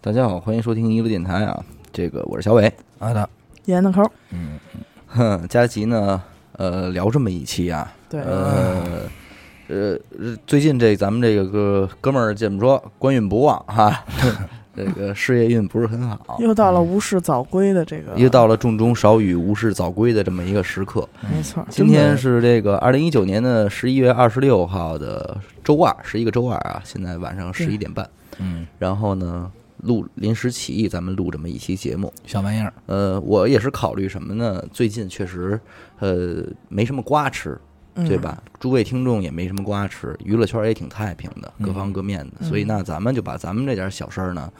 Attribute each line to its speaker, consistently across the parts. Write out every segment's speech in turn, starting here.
Speaker 1: 大家好，欢迎收听一路电台啊，这个我是小伟。
Speaker 2: 好的，
Speaker 3: 严的抠儿，
Speaker 1: 哼，佳琪呢，呃，聊这么一期啊，
Speaker 3: 对
Speaker 1: 呃，呃，最近这咱们这个哥哥们儿怎么说，官运不旺哈， 这个事业运不是很 好，
Speaker 3: 又到了无事早归的这个，
Speaker 1: 嗯又到了重中少雨、无事早归的这么一个时刻。
Speaker 3: 没错，
Speaker 1: 今
Speaker 3: 真的
Speaker 1: 天是这个二零一九年的十一月二十六号的周二，是一个周二啊，现在晚上十一点半。
Speaker 2: 嗯，
Speaker 1: 然后呢，录临时起意，咱们录这么一期节目。
Speaker 2: 小玩意儿，
Speaker 1: 呃，我也是考虑什么呢？最近确实，呃，没什么瓜吃，
Speaker 3: 嗯
Speaker 1: 对？吧？诸位听众也没什么瓜吃，娱乐圈也挺太平的，各方各面的。所以那咱们就把咱们这点小事儿呢，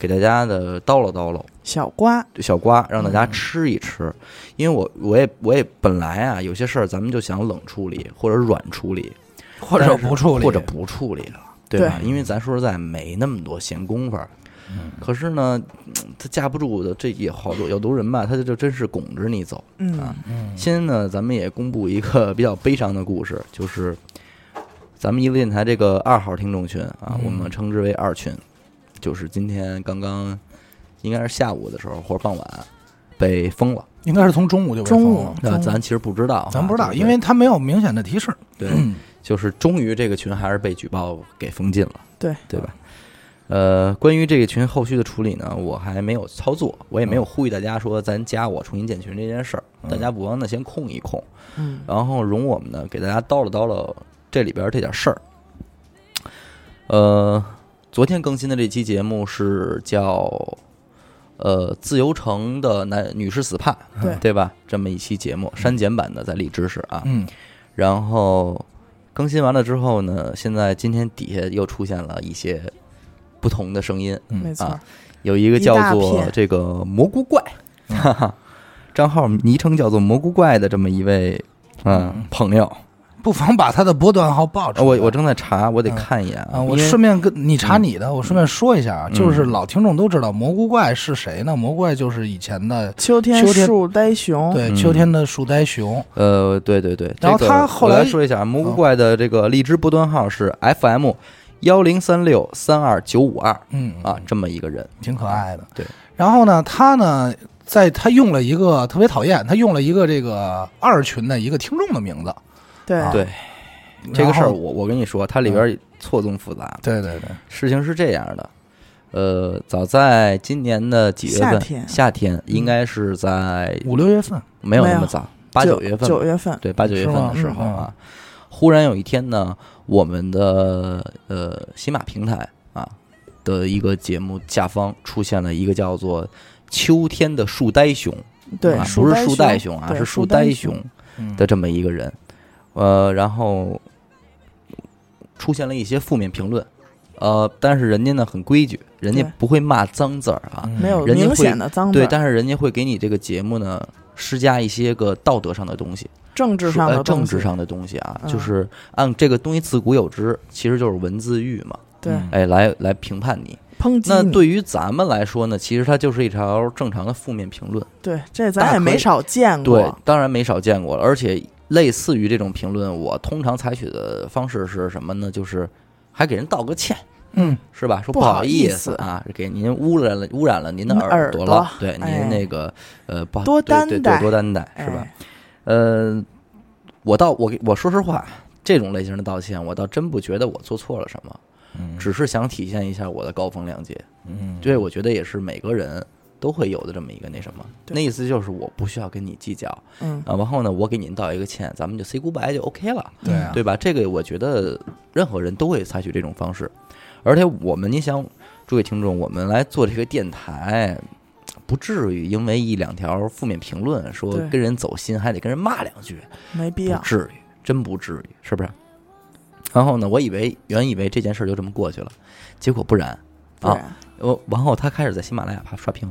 Speaker 1: 给大家的叨唠叨唠。
Speaker 3: 嗯小瓜，
Speaker 1: 小瓜，让大家吃一吃。因为我我也我也本来啊，有些事儿咱们就想冷处理或者软处理，
Speaker 2: 或
Speaker 1: 但
Speaker 2: 者
Speaker 1: 是
Speaker 2: 不处理，
Speaker 1: 或者不处理了，对吧？因为咱说实在没那么多闲工夫儿。可是呢，嗯他架不住的，这也好多有多人吧，他就真是拱着你走。
Speaker 3: 嗯
Speaker 1: 啊，先呢，咱们也公布一个比较悲伤的故事，就是咱们一路电台这个二号听众群啊，我们称之为二群，就是今天刚刚应该是下午的时候或者傍晚被封了。
Speaker 2: 应该是从中午就被
Speaker 3: 中
Speaker 2: 封
Speaker 3: 午
Speaker 2: 了，，
Speaker 1: 那
Speaker 3: 中午
Speaker 1: 咱其实不知道哈，啊
Speaker 2: 咱不知道，
Speaker 1: 对对嗯
Speaker 2: 因为他没有明显的提示。
Speaker 1: 对，就是终于这个群还是被举报给封禁了，
Speaker 3: 对
Speaker 1: 对吧？呃，关于这个群后续的处理呢，我还没有操作，我也没有呼吁大家说咱加我重新建群这件事儿，大家不妨呢先控一控，
Speaker 3: 嗯，
Speaker 1: 然后容我们呢给大家叨唠叨唠这里边这点事儿。嗯呃，昨天更新的这期节目是叫呃自由城的男女士死怕，
Speaker 3: 对
Speaker 1: 对吧？这么一期节目删减版的在荔枝是啊，
Speaker 2: 嗯，
Speaker 1: 然后更新完了之后呢，现在今天底下又出现了一些不同的声音，
Speaker 2: 嗯
Speaker 3: 没错
Speaker 1: 啊，有一个叫
Speaker 3: 一大
Speaker 1: 做
Speaker 3: 片
Speaker 1: 这个蘑菇 怪，哈哈，账号昵称叫做蘑菇怪的这么一位嗯朋友，
Speaker 2: 不妨把他的波段号报
Speaker 1: 啊
Speaker 2: 出来。
Speaker 1: 我我正在查，我得
Speaker 2: 嗯
Speaker 1: 看一眼
Speaker 2: 啊，我
Speaker 1: 因为嗯
Speaker 2: 顺便跟你查你的，我顺便说一下啊，就是老听众都知道蘑菇怪是谁呢？蘑菇怪就是以前的
Speaker 3: 秋天
Speaker 2: 秋天
Speaker 3: 树呆
Speaker 1: 嗯
Speaker 3: 熊，
Speaker 2: 对秋天的树呆熊，
Speaker 1: 呃，对对对，
Speaker 2: 然后
Speaker 1: 这个
Speaker 2: 他后
Speaker 1: 我
Speaker 2: 来
Speaker 1: 来说一下，蘑菇怪的这个荔枝波段号是 FM 幺零三六三二九五二
Speaker 2: 嗯，
Speaker 1: 啊，这么一个人，
Speaker 2: 挺可爱的。
Speaker 1: 对，
Speaker 2: 然后呢，他呢，在他用了一个特别讨厌，他用了一个这个二群的一个听众的名字。
Speaker 3: 对
Speaker 2: 啊
Speaker 1: 对这个
Speaker 2: 然
Speaker 1: 事
Speaker 2: 后嗯
Speaker 1: 儿，我我跟你说，它里边错综复杂，
Speaker 2: 对对对，
Speaker 1: 事情是这样的，呃，早在今年的几月份，
Speaker 3: 夏天嗯
Speaker 1: 应该是在
Speaker 2: 五六月份，
Speaker 1: 没有那
Speaker 3: 没
Speaker 1: 么
Speaker 3: 有
Speaker 1: 早，八
Speaker 3: 九
Speaker 1: 月份，
Speaker 3: 九月份，
Speaker 1: 对，八九月份
Speaker 2: 是吗嗯
Speaker 1: 的时候啊，忽然有一天呢，我们的呃喜马平台啊的一个节目下方出现了一个叫做“秋天的树呆熊”，
Speaker 3: 对
Speaker 1: 啊，，
Speaker 3: 树
Speaker 1: 不是
Speaker 3: 呆
Speaker 1: 树
Speaker 3: 呆
Speaker 1: 袋熊啊，
Speaker 3: 对
Speaker 1: 是
Speaker 3: 树
Speaker 1: 树
Speaker 3: 呆
Speaker 1: 呆
Speaker 3: 熊
Speaker 1: 熊
Speaker 2: 嗯
Speaker 1: 的这么一个人，呃，然后出现了一些负面评论，呃，但是人家呢很规矩，人家
Speaker 3: 对嗯
Speaker 1: 不会骂脏字儿
Speaker 2: 嗯
Speaker 1: 啊，
Speaker 3: 没有
Speaker 1: 人家
Speaker 3: 明
Speaker 1: 会
Speaker 3: 显的脏字
Speaker 1: 对，
Speaker 3: 儿，
Speaker 1: 但是人家会给你这个节目呢施加一些个道德上的东西，
Speaker 3: 政治上
Speaker 1: 呃
Speaker 3: 的
Speaker 1: 政
Speaker 3: 东
Speaker 1: 治
Speaker 3: 西
Speaker 1: 上的东西啊，
Speaker 3: 嗯
Speaker 1: 就是按这个东西自古有之，其实就是文字狱嘛，
Speaker 3: 对
Speaker 2: 嗯
Speaker 1: 哎，来来评判你。
Speaker 3: 抨击
Speaker 1: 那
Speaker 3: 你，
Speaker 1: 对于咱们来说呢，其实它就是一条正常的负面评论。
Speaker 3: 对，这
Speaker 1: 大
Speaker 3: 咱也
Speaker 1: 可
Speaker 3: 没
Speaker 1: 以
Speaker 3: 少见
Speaker 1: 对
Speaker 3: 过，，
Speaker 1: 当然没少见过了。而且类似于这种评论，我通常采取的方式是什么呢？就是还给人道个歉，
Speaker 2: 嗯，
Speaker 1: 是吧？说
Speaker 3: 不好
Speaker 1: 好
Speaker 3: 意
Speaker 1: 思
Speaker 3: 思
Speaker 1: 啊，给您污染了污染了您的
Speaker 3: 您
Speaker 1: 耳
Speaker 3: 耳
Speaker 1: 了
Speaker 3: 朵，
Speaker 1: 对，
Speaker 3: 哎
Speaker 1: 您那个呃不好
Speaker 3: 多
Speaker 1: 对对
Speaker 3: 担待
Speaker 1: 对，多担待是吧
Speaker 3: 哎？？
Speaker 1: 呃，我倒我给我说实话，这种类型的道歉，我倒真不觉得我做错了什么，
Speaker 3: 嗯
Speaker 1: 只是想体现一下我的高风亮节。嗯，对，我觉得也是每个人都会有的这么一个那什么，
Speaker 3: 对
Speaker 1: 那意思就是我不需要跟你计较。
Speaker 3: 嗯，
Speaker 1: 啊，然后呢，我给您道一个歉，咱们就 say goodbye 就 OK 了，
Speaker 2: 对啊，
Speaker 1: 对吧？这个我觉得任何人都会采取这种方式，而且我们，你想，诸位听众，我们来做这个电台，不至于因为一两条负面评论说
Speaker 3: 对
Speaker 1: 跟人走心，还得跟人骂两句，
Speaker 3: 没必
Speaker 1: 不
Speaker 3: 要，
Speaker 1: 至于，真不至于，是不是？然后呢，我以为原以为这件事就这么过去了，结果不然
Speaker 3: 不
Speaker 1: 啊！
Speaker 3: 然。
Speaker 1: 我然后他开始在喜马拉雅刷刷屏，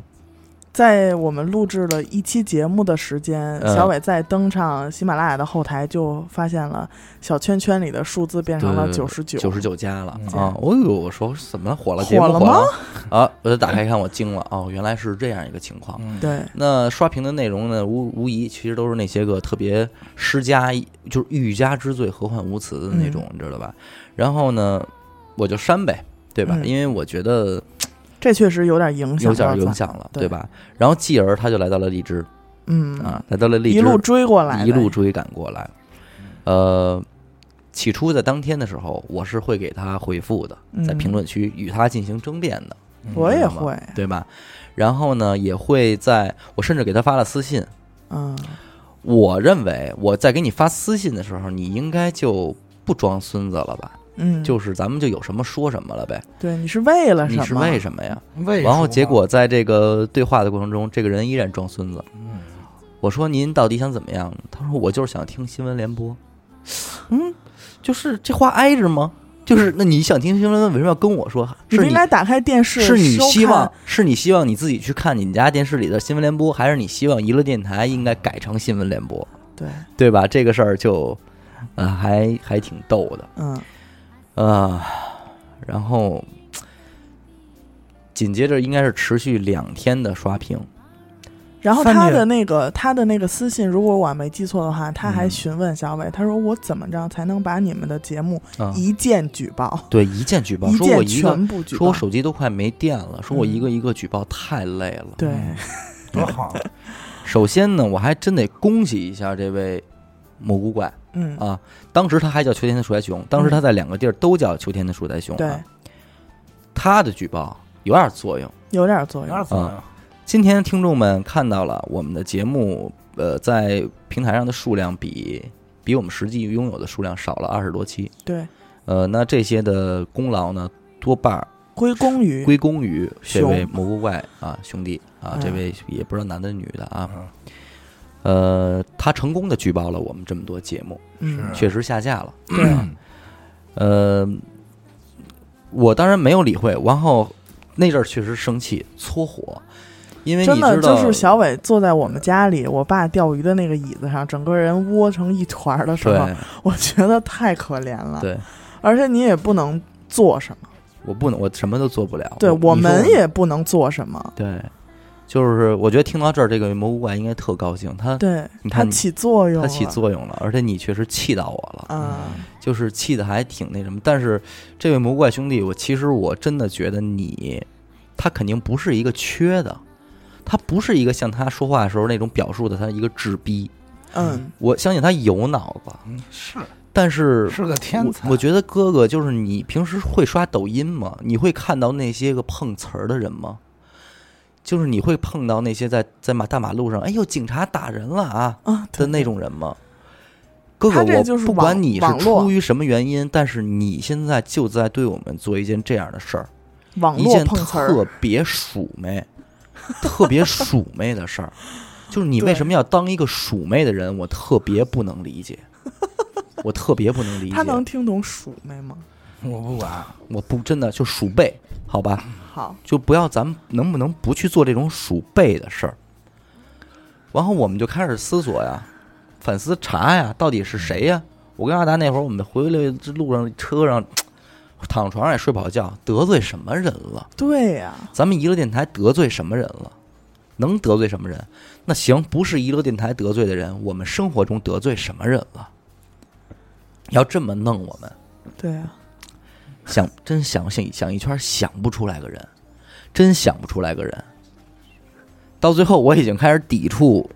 Speaker 3: 在我们录制了一期节目的时间，
Speaker 1: 嗯
Speaker 3: 小伟在登上喜马拉雅的后台，就发现了小圈圈里的数字变成了
Speaker 1: 对
Speaker 3: 九十九，
Speaker 1: 九十九加了
Speaker 2: 嗯
Speaker 1: 啊！哦呦，我说怎么火了？
Speaker 3: 火
Speaker 1: 节目
Speaker 3: 了
Speaker 1: 火
Speaker 3: 吗
Speaker 1: 啊！我就打开一看，我惊了哦，原来是这样一个情况。
Speaker 2: 嗯
Speaker 3: 对，
Speaker 1: 那刷屏的内容呢，无无疑其实都是那些个特别施加，就是欲加之罪，何患无辞的那
Speaker 3: 嗯
Speaker 1: 种，你知道吧？然后呢，我就删呗，对吧？
Speaker 3: 嗯
Speaker 1: 因为我觉得
Speaker 3: 这确实有点影响，
Speaker 1: 有点影，响了，
Speaker 3: 对
Speaker 1: 对吧？然后继而他就来到了荔枝
Speaker 3: 嗯
Speaker 1: 啊，来到了荔枝，
Speaker 3: 一路追过来的，嗯
Speaker 1: 一路追赶过来。呃，起初在当天的时候，我是会给他回复的，在
Speaker 3: 嗯
Speaker 1: 评论区与他进行争辩的，
Speaker 3: 我也会，
Speaker 1: 对吧？然后呢，也会在我甚至给他发了私信。
Speaker 3: 嗯，
Speaker 1: 我认为我在给你发私信的时候，你应该就不装孙子了吧？
Speaker 3: 嗯，
Speaker 1: 就是咱们就有什么说什么了呗。
Speaker 3: 对，你是为了什
Speaker 1: 你
Speaker 3: 么？
Speaker 1: 是为什么呀？
Speaker 2: 为
Speaker 1: 然后结果在这个对话的过程中，这个人依然装孙子。我说您到底想怎么样？他说我就是想听新闻联播。嗯，就是这话挨着吗？就是那你想听新闻，为什么要跟我说？是
Speaker 3: 你不应
Speaker 1: 你
Speaker 3: 该打开电视，
Speaker 1: 是你
Speaker 3: 收看
Speaker 1: 希望是你希望你自己去看你们家电视里的新闻联播，还是你希望娱乐电台应该改成新闻联播？
Speaker 3: 对，
Speaker 1: 对吧？这个事儿就，呃，还还挺逗的。
Speaker 3: 嗯
Speaker 1: 啊，然后紧接着应该是持续两天的刷屏，
Speaker 3: 然后
Speaker 2: 翻
Speaker 3: 他
Speaker 2: 脸
Speaker 3: 的那个他的那个私信，如果我没记错的话，他还
Speaker 1: 嗯
Speaker 3: 询问小伟，他说我怎么着才能把你们的节目
Speaker 1: 啊，
Speaker 3: 一键举报，
Speaker 1: 对，一键举报，
Speaker 3: 一
Speaker 1: 说我
Speaker 3: 键
Speaker 1: 一个
Speaker 3: 全部举
Speaker 1: 说
Speaker 3: 报嗯
Speaker 1: 我？手机都快没电了，说我一个一个举报太累了。
Speaker 3: 对，
Speaker 2: 多好，啊
Speaker 1: 首先呢，我还真得恭喜一下这位蘑菇怪
Speaker 3: 嗯，
Speaker 1: 啊，当时他还叫秋天的树袋熊，当时他在两个地儿都叫秋天的树袋熊、啊，
Speaker 3: 对，
Speaker 1: 他的举报有点作用。
Speaker 3: 有点作
Speaker 2: 有
Speaker 3: 用
Speaker 2: 点，自然。
Speaker 1: 今天听众们看到了我们的节目，呃，在平台上的数量比比我们实际拥有的数量少了二十多期，
Speaker 3: 对，
Speaker 1: 呃，那这些的功劳呢，多半儿
Speaker 3: 归功于
Speaker 1: 归功于这位
Speaker 3: 熊
Speaker 1: 蘑菇怪啊兄弟啊，
Speaker 3: 嗯
Speaker 1: 这位也不知道男的女的啊，
Speaker 2: 嗯
Speaker 1: 呃，他成功的举报了我们这么多节目，
Speaker 3: 嗯，
Speaker 1: 确实下架了，
Speaker 3: 对，
Speaker 1: 呃，我当然没有理会，然后那阵儿确实生气搓火。因为你
Speaker 3: 真
Speaker 1: 知道
Speaker 3: 的，就是小伟坐在我们家里，我爸钓鱼的那个椅子上，整个人窝成一团儿的时候，
Speaker 1: 对
Speaker 3: 我觉得太可怜了。
Speaker 1: 对，
Speaker 3: 而且你也不能做什么，
Speaker 1: 我不能，我什么都做不了。
Speaker 3: 对我
Speaker 1: 你说
Speaker 3: 们也不能做什么。
Speaker 1: 对，就是我觉得听到这儿，这个蘑菇怪应该特高兴，他
Speaker 3: 对，哦
Speaker 1: 你
Speaker 3: 它
Speaker 1: 看你
Speaker 3: 起作用了，
Speaker 1: 他起作用了，而且你确实气到我了，
Speaker 3: 啊，
Speaker 1: 就是气的还挺那什么。但是这位蘑菇怪兄弟，我其实我真的觉得你，他肯定不是一个缺的。他不是一个像他说话的时候那种表述的，他一个智逼。
Speaker 3: 嗯，
Speaker 1: 我相信他有脑子，
Speaker 2: 嗯是
Speaker 1: 但是
Speaker 2: 是个天
Speaker 1: 我
Speaker 2: 才，
Speaker 1: 我觉得哥哥就是你平时会刷抖音吗？你会看到那些个碰瓷儿的人吗？就是你会碰到那些在在马大马路上，哎呦警察打人了啊
Speaker 3: 啊
Speaker 1: 的那种人吗？哥哥，
Speaker 3: 他这
Speaker 1: 我
Speaker 3: 就是
Speaker 1: 不
Speaker 3: 网
Speaker 1: 管你是
Speaker 3: 网络
Speaker 1: 出于什么原因，但是你现在就在对我们做一件这样的事儿，
Speaker 3: 网
Speaker 1: 一
Speaker 3: 络
Speaker 1: 件
Speaker 3: 碰瓷儿
Speaker 1: 特，别鼠妹、特别鼠妹的事儿，就是你为
Speaker 3: 对
Speaker 1: 什么要当一个鼠妹的人？我特别不能理解，我特别不能理解。
Speaker 3: 他能听懂鼠妹吗？
Speaker 2: 我不管，
Speaker 1: 我不真的就鼠辈，好吧，
Speaker 3: 好，
Speaker 1: 就不要咱们能不能不去做这种鼠辈的事儿。然后我们就开始思索呀，反思查呀，到底是谁呀？我跟阿达那会儿，我们回来这路上车上，躺床上也睡不好觉，得罪什么人了？
Speaker 3: 对呀，
Speaker 1: 咱们娱乐电台得罪什么人了？能得罪什么人？那行，不是娱乐电台得罪的人，我们生活中得罪什么人了？要这么弄我们，
Speaker 3: 对呀，
Speaker 1: 想真想想想一圈，想不出来个人，真想不出来个人。到最后，我已经开始抵触，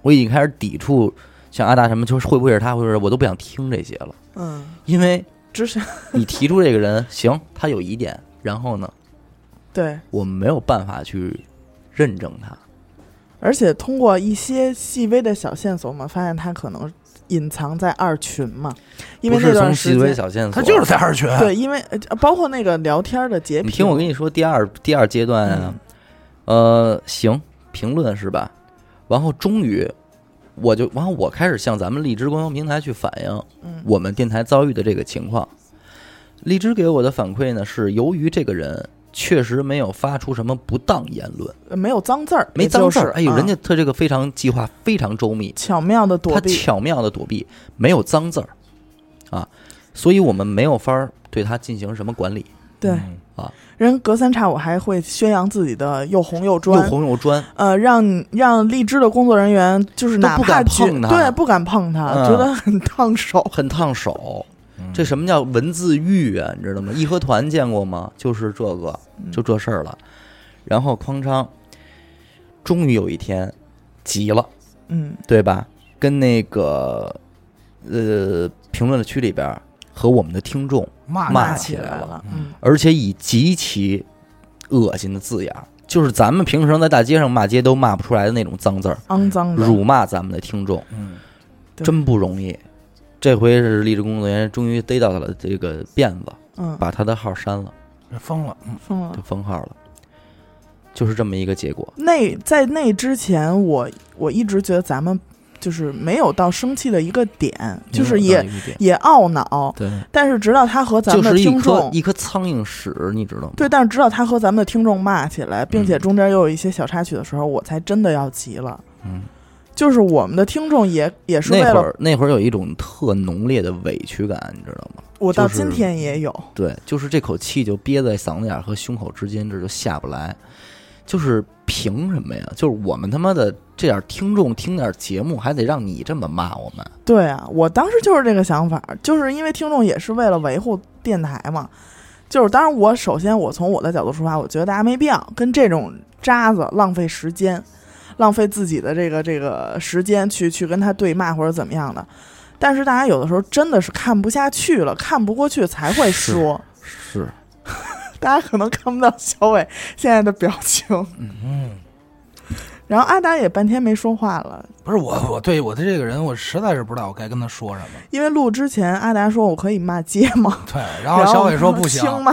Speaker 1: 我已经开始抵触，像阿达什么，就是会不会是他，或者是我都不想听这些了，
Speaker 3: 嗯，
Speaker 1: 因为
Speaker 3: 只是
Speaker 1: 你提出这个人， 行，他有疑点，然后呢，
Speaker 3: 对，
Speaker 1: 我们没有办法去认证他，
Speaker 3: 而且通过一些细微的小线索，我们发现他可能隐藏在二群嘛，因为
Speaker 1: 不
Speaker 3: 那
Speaker 1: 是
Speaker 3: 段
Speaker 1: 从
Speaker 3: 时
Speaker 1: 细微
Speaker 3: 间。
Speaker 1: 小线索，
Speaker 2: 他就是在二群，
Speaker 3: 对，因为呃包括那个聊天的截
Speaker 1: 你
Speaker 3: 屏，
Speaker 1: 听我跟你说，第二第二阶段啊，
Speaker 3: 嗯
Speaker 1: 呃，行，评论是吧？然后终于，我就，然后我开始向咱们荔枝官方平台去反映
Speaker 3: 嗯
Speaker 1: 我们电台遭遇的这个情况。荔枝给我的反馈呢是，由于这个人确实没有发出什么不当言论，
Speaker 3: 呃没有脏字儿，
Speaker 1: 没
Speaker 3: 也就
Speaker 1: 脏事儿，
Speaker 3: 是
Speaker 1: 哎呦，
Speaker 3: 啊
Speaker 1: 人家他这个非常计划非常周密，
Speaker 3: 巧妙的躲
Speaker 1: 他
Speaker 3: 避，
Speaker 1: 巧妙的躲避，没有脏字儿啊，所以我们没有法儿对他进行什么管理，
Speaker 3: 对，
Speaker 2: 嗯
Speaker 3: 人隔三差五还会宣扬自己的又红又
Speaker 1: 又
Speaker 3: 专，
Speaker 1: 红又专。
Speaker 3: 呃，让让荔枝的工作人员就是
Speaker 1: 都
Speaker 3: 哪
Speaker 1: 不
Speaker 3: 怕
Speaker 1: 敢
Speaker 3: 觉
Speaker 1: 碰它
Speaker 3: 对，不敢碰
Speaker 1: 嗯
Speaker 3: 它，觉得很烫手。
Speaker 1: 很烫手。这什么叫文字狱啊？你知道吗？义和团见过吗？就是这个，就这事儿了。然后匡昌终于有一天急了，
Speaker 3: 嗯
Speaker 1: 对吧？跟那个呃评论区里边儿和我们的听众，
Speaker 2: 骂
Speaker 1: 骂
Speaker 2: 人
Speaker 1: 起
Speaker 3: 起
Speaker 1: 来
Speaker 3: 来
Speaker 1: 了
Speaker 3: 了，嗯
Speaker 1: 而且以极其恶心的字眼儿，就是咱们平时在大街上骂街都骂不出来的那种脏字儿，
Speaker 3: 肮脏的，
Speaker 1: 辱骂咱们的听众，
Speaker 2: 嗯，
Speaker 3: 对
Speaker 1: 真不容易。这回是励志工作人员终于逮到了这个辫子，
Speaker 3: 嗯，
Speaker 1: 把他的号删了，
Speaker 2: 疯了，嗯
Speaker 3: 疯了
Speaker 1: 就。封号了，就是这么一个结果。
Speaker 3: 那在那之前，我我一直觉得咱们就是没有到生气的一个点，就是也也懊恼，
Speaker 2: 对，
Speaker 3: 但是直到他和咱
Speaker 1: 就
Speaker 3: 们
Speaker 1: 是
Speaker 3: 的
Speaker 1: 一
Speaker 3: 听
Speaker 1: 颗
Speaker 3: 众
Speaker 1: 一颗苍蝇屎，你知道吗？
Speaker 3: 对，但是直到他和咱们的听众骂起来，并且
Speaker 1: 嗯
Speaker 3: 中间又有一些小插曲的时候，我才真的要急了。
Speaker 1: 嗯，
Speaker 3: 就是我们的听众也也是为
Speaker 1: 那会
Speaker 3: 了
Speaker 1: 儿那会儿有一种特浓烈的委屈感，你知道吗？
Speaker 3: 我，到
Speaker 1: 就是
Speaker 3: 今天也有，
Speaker 1: 对，就是这口气就憋在嗓子眼儿和胸口之间，这就下不来。就是凭什么呀？就是我们他妈的这点儿听众听点儿节目，还得让你这么骂我们？
Speaker 3: 对啊，我当时就是这个想法，就是因为听众也是为了维护电台嘛。就是当然我首先我从我的角度出发，我觉得大家没必要跟这种渣子浪费时间，浪费自己的这个这个时间去去跟他对骂或者怎么样的。但是大家有的时候真的是看不下去了，看不过去才会
Speaker 1: 是
Speaker 3: 说。
Speaker 1: 是，
Speaker 3: 大家可能看不到小伟 现在的表情。
Speaker 2: 嗯，
Speaker 3: 然后阿达也半天没说话了，
Speaker 2: 不是我，我对我对这个人，我实在是不知道我该跟他说什么。
Speaker 3: 因为录之前阿达说我可以骂街吗？
Speaker 2: 对，然后小伟说不行，
Speaker 3: 轻骂。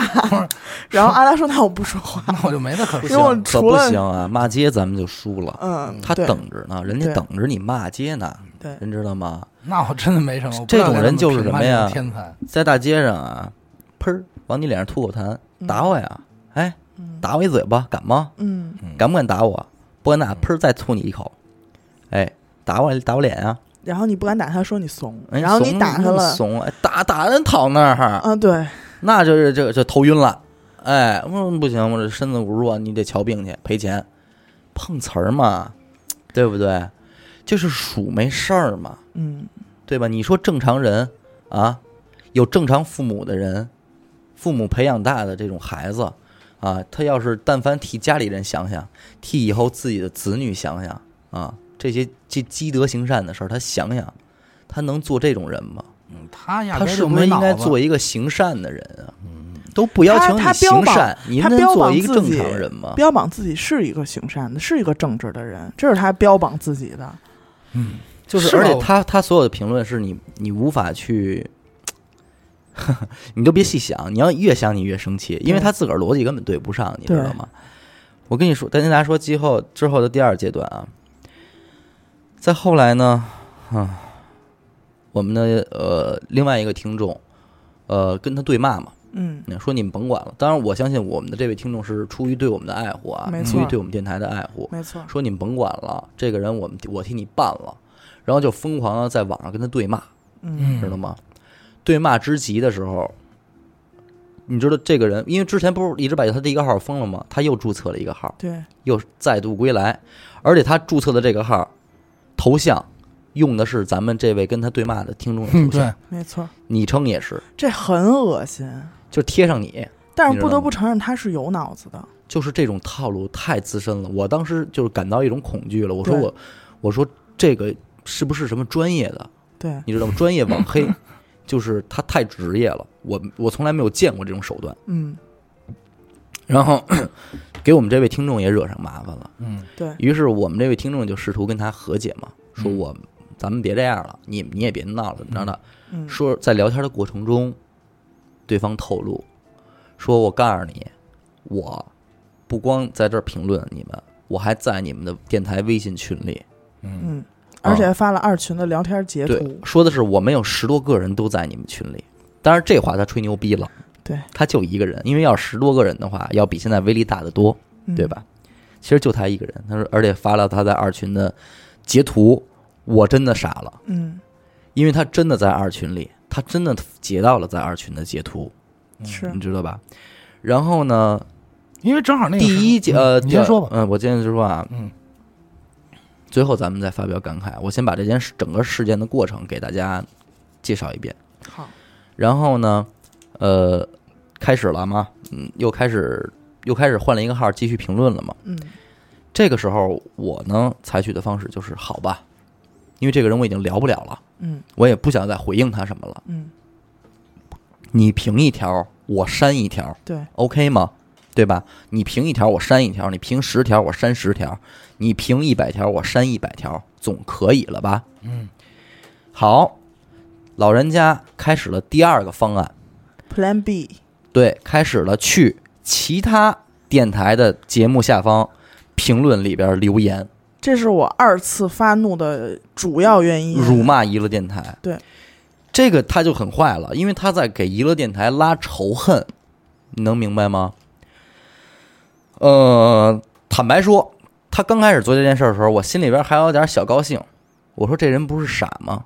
Speaker 3: 然后阿达说那我不说话。
Speaker 2: 那我就没得可
Speaker 1: 不
Speaker 3: 因
Speaker 1: 行
Speaker 2: 说。
Speaker 3: 为我
Speaker 1: 可
Speaker 3: 除
Speaker 1: 不
Speaker 3: 了
Speaker 1: 行啊！骂街咱们就输了，
Speaker 3: 嗯，
Speaker 1: 他
Speaker 3: 对
Speaker 1: 等着呢，人家
Speaker 3: 对
Speaker 1: 等着你骂街呢，
Speaker 3: 对
Speaker 1: 人知道吗？
Speaker 2: 那我真的没什么。我不
Speaker 1: 这
Speaker 2: 知道
Speaker 1: 种
Speaker 2: 该
Speaker 1: 人
Speaker 2: 怎
Speaker 1: 就是
Speaker 2: 评
Speaker 1: 什
Speaker 2: 判
Speaker 1: 么
Speaker 2: 这种
Speaker 1: 呀
Speaker 2: 天才，
Speaker 1: 在大街上啊，喷儿往你脸上吐口痰，打我呀！哎，
Speaker 3: 嗯
Speaker 1: 打我一嘴巴，敢吗？
Speaker 3: 嗯
Speaker 2: 嗯
Speaker 1: 敢不敢打我？不敢打，喷儿再吐你一口。哎，打我打我脸啊！
Speaker 3: 然后你不敢打他，说你怂，
Speaker 1: 哎
Speaker 3: 然后
Speaker 1: 怂
Speaker 3: 你打他
Speaker 1: 那么
Speaker 3: 了，
Speaker 1: 怂哎打打人躺那 儿，
Speaker 3: 啊，对，
Speaker 1: 那就是这就头晕了。哎，嗯，不行，我这身子骨弱，你得瞧病去，赔钱，碰瓷儿嘛，对不对？就是数没事儿嘛，
Speaker 3: 嗯，
Speaker 1: 对吧？你说正常人啊，有正常父母的人，父母培养大的这种孩子啊，他要是但凡替家里人想想，替以后自己的子女想想啊，这些这积德行善的事儿，他想想，他能做这种人吗？
Speaker 2: 嗯他
Speaker 1: 他
Speaker 2: 压根儿
Speaker 1: 是
Speaker 2: 就
Speaker 1: 不是
Speaker 2: 没
Speaker 1: 应
Speaker 2: 脑
Speaker 1: 该
Speaker 2: 子。
Speaker 1: 做一个行善的人啊？都不要求你
Speaker 3: 他他标
Speaker 1: 行
Speaker 3: 榜
Speaker 1: 善，你
Speaker 3: 他
Speaker 1: 能
Speaker 3: 标
Speaker 1: 做
Speaker 3: 榜
Speaker 1: 一个
Speaker 3: 自
Speaker 1: 正
Speaker 3: 己
Speaker 1: 常人吗？
Speaker 3: 标榜自己是一个行善的，是一个正直的人，这是他标榜自己的，
Speaker 2: 嗯，
Speaker 1: 就是，
Speaker 2: 是
Speaker 1: 而且
Speaker 2: 吧
Speaker 1: 他他所有的评论是你你无法去， 你都别细想，你要越想你越生气，因为他自个儿逻辑根本对不上，你知道吗？我跟你说，再跟大家说之后之后的第二阶段啊，再后来呢，啊，我们的呃另外一个听众，呃跟他对骂嘛，
Speaker 3: 嗯，
Speaker 1: 说你们甭管了。当然，我相信我们的这位听众是出于对我们的爱护啊
Speaker 3: 没，
Speaker 1: 出于
Speaker 3: 错
Speaker 1: 对我们电台的爱护，
Speaker 3: 没错，
Speaker 1: 说你们甭管了，这个人我们我替你办了，然后就疯狂的在网上跟他对骂，
Speaker 3: 嗯
Speaker 1: 知道吗？对骂之极的时候，你知道这个人，因为之前不是一直把他第一个号封了吗？他又注册了一个号，
Speaker 3: 对，
Speaker 1: 又再度归来，而且他注册的这个号头像用的是咱们这位跟他对骂的听众的
Speaker 2: 嗯，
Speaker 1: 头像，
Speaker 2: 对，
Speaker 3: 没错，
Speaker 1: 昵称也是，
Speaker 3: 这很恶心，
Speaker 1: 就贴上你，
Speaker 3: 但
Speaker 1: 你
Speaker 3: 是
Speaker 1: 知道
Speaker 3: 不得
Speaker 1: 吗
Speaker 3: 不承认他是有脑子的，
Speaker 1: 就是这种套路太资深了，我当时就是感到一种恐惧了。我说
Speaker 3: 对
Speaker 1: 我，我说这个是不是什么专业的？
Speaker 3: 对，
Speaker 1: 你知道吗？专业网黑，就是他太职业了，我我从来没有见过这种手段。
Speaker 3: 嗯，
Speaker 1: 然后 给我们这位听众也惹上麻烦了，
Speaker 2: 嗯，
Speaker 3: 对，
Speaker 1: 于是我们这位听众就试图跟他和解嘛，说
Speaker 2: 嗯
Speaker 1: 我、咱们别这样了，你你也别闹了，怎么着的？
Speaker 3: 嗯，
Speaker 1: 说在聊天的过程中，对方透露，说我告诉你，我不光在这儿评论你们，我还在你们的电台微信群里。
Speaker 2: 嗯，
Speaker 3: 嗯，而且发了二群的聊天截
Speaker 1: 啊对
Speaker 3: 图，，
Speaker 1: 说的是我们有十多个人都在你们群里。当然，这话他吹牛逼了，
Speaker 3: 对，
Speaker 1: 他就一个人，因为要十多个人的话，要比现在威力大得多，
Speaker 3: 嗯
Speaker 1: 对？吧？其实就他一个人，他说，而且发了他在二群的截图，我真的傻了。
Speaker 3: 嗯，
Speaker 1: 因为他真的在二群里，他真的截到了在二群的截图，
Speaker 3: 嗯是
Speaker 1: 嗯你，知道吧？然后呢，
Speaker 2: 因为正好那个时候
Speaker 1: 第一节呃，
Speaker 2: 你先说吧。
Speaker 1: 嗯、我接着说啊，
Speaker 2: 嗯，
Speaker 1: 最后咱们再发表感慨。我先把这件事整个事件的过程给大家介绍一遍，
Speaker 3: 好，
Speaker 1: 然后呢，呃，开始了吗？嗯，又开始又开始换了一个号继续评论了嘛。
Speaker 3: 嗯
Speaker 1: 这个时候我呢采取的方式就是好吧，因为这个人我已经聊不了了，
Speaker 3: 嗯
Speaker 1: 我也不想再回应他什么了。
Speaker 3: 嗯，
Speaker 1: 你评一条，我删一条
Speaker 3: 对，
Speaker 1: ，OK 吗？对吧？你评一条，我删一条；你评十条，我删十条；你评一百条，我删一百条，总可以了吧？
Speaker 2: 嗯，
Speaker 1: 好，老人家开始了第二个方案，
Speaker 3: Plan B，
Speaker 1: 对，开始了去其他电台的节目下方评论里边留言，
Speaker 3: 这是我二次发怒的主要原因。
Speaker 1: 辱骂娱乐电台。
Speaker 3: 对，
Speaker 1: 这个他就很坏了，因为他在给娱乐电台拉仇恨，你能明白吗？呃，坦白说，他刚开始做这件事儿的时候，我心里边还有点小高兴。我说这人不是傻吗？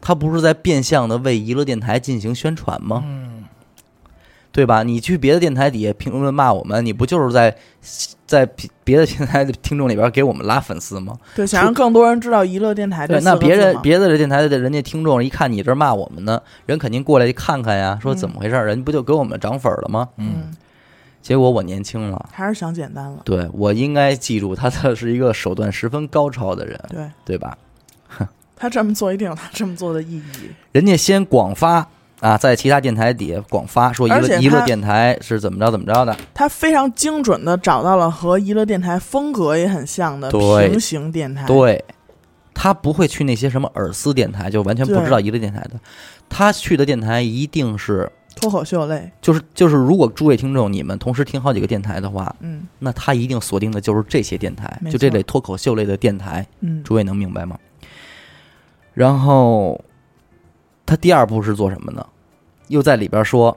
Speaker 1: 他不是在变相的为娱乐电台进行宣传吗？
Speaker 2: 嗯，
Speaker 1: 对吧？你去别的电台底下评论骂我们，你不就是在在别的电台的听众里边给我们拉粉丝吗？
Speaker 3: 对，想让更多人知道娱乐电台这
Speaker 1: 对，
Speaker 3: 四个
Speaker 1: 那
Speaker 3: 字
Speaker 1: 别的
Speaker 3: 嘛
Speaker 1: 别的这电台的人家听众一看你这骂我们呢，人肯定过来看看呀，说
Speaker 3: 嗯
Speaker 1: 怎么回事儿？人不就给我们涨粉了吗？
Speaker 3: 嗯，
Speaker 1: 结果我年轻了，
Speaker 3: 还是想简单了。
Speaker 1: 对我应该记住他，他是一个手段十分高超的人，
Speaker 3: 对
Speaker 1: 对吧？
Speaker 3: 他这么做一定有他这么做的意义。
Speaker 1: 人家先广发啊，在其他电台底下广发说一
Speaker 3: 而且
Speaker 1: 个
Speaker 3: 他
Speaker 1: 一个电台是怎么着怎么着的，
Speaker 3: 他非常精准的找到了和娱乐电台风格也很像的
Speaker 1: 对
Speaker 3: 平行电台。
Speaker 1: 对，他不会去那些什么耳丝电台，就完全不
Speaker 3: 对
Speaker 1: 知道一个电台的。他去的电台一定是，
Speaker 3: 脱口秀类，
Speaker 1: 就是就是，如果诸位听众你们同时听好几个电台的话，
Speaker 3: 嗯
Speaker 1: 那他一定锁定的就是这些电台
Speaker 3: 没，
Speaker 1: 就这
Speaker 3: 错
Speaker 1: 类脱口秀类的电台。
Speaker 3: 嗯
Speaker 1: 诸位能明白吗？然后他第二步是做什么呢？又在里边说，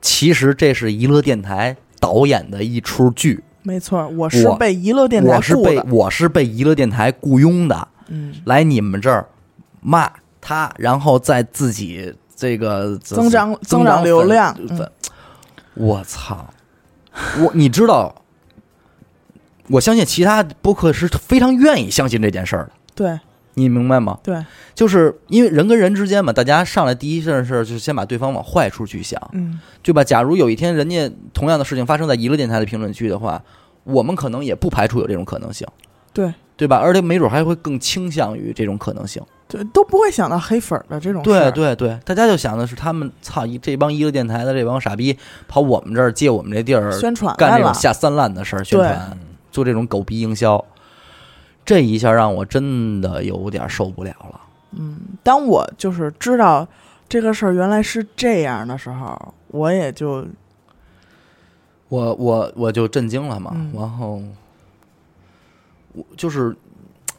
Speaker 1: 其实这是娱乐电台导演的一出剧，
Speaker 3: 没错，我是
Speaker 1: 我
Speaker 3: 被娱乐电台
Speaker 1: 我是
Speaker 3: 雇
Speaker 1: 被
Speaker 3: 的。
Speaker 1: 我是被娱乐电台雇佣的。
Speaker 3: 嗯，
Speaker 1: 来你们这儿骂他，然后再自己这个
Speaker 3: 增长
Speaker 1: 增
Speaker 3: 长
Speaker 1: 粉
Speaker 3: 流量。嗯
Speaker 1: 粉我操！我你知道，我相信其他播客是非常愿意相信这件事儿的，
Speaker 3: 对
Speaker 1: 你明白吗？
Speaker 3: 对，
Speaker 1: 就是因为人跟人之间嘛，大家上来第一件事儿就是先把对方往坏处去想，
Speaker 3: 嗯
Speaker 1: 对吧？假如有一天人家同样的事情发生在娱乐电台的评论区的话，我们可能也不排除有这种可能性，
Speaker 3: 对
Speaker 1: 对吧？而且没准还会更倾向于这种可能性。
Speaker 3: 对，都不会想到黑粉儿的这种事
Speaker 1: 对
Speaker 3: 儿。
Speaker 1: 对对，大家就想的是他们操一这帮一个电台的这帮傻逼跑我们这儿借我们这地儿
Speaker 3: 宣传
Speaker 1: 干
Speaker 3: 来
Speaker 1: 这种
Speaker 3: 了，
Speaker 1: 下三滥的事儿，宣传做这种狗逼营销，这一下让我真的有点受不了了。
Speaker 3: 当我就是知道这个事儿原来是这样的时候，我也就
Speaker 1: 我我我就震惊了嘛，
Speaker 3: 嗯
Speaker 1: 然后我就是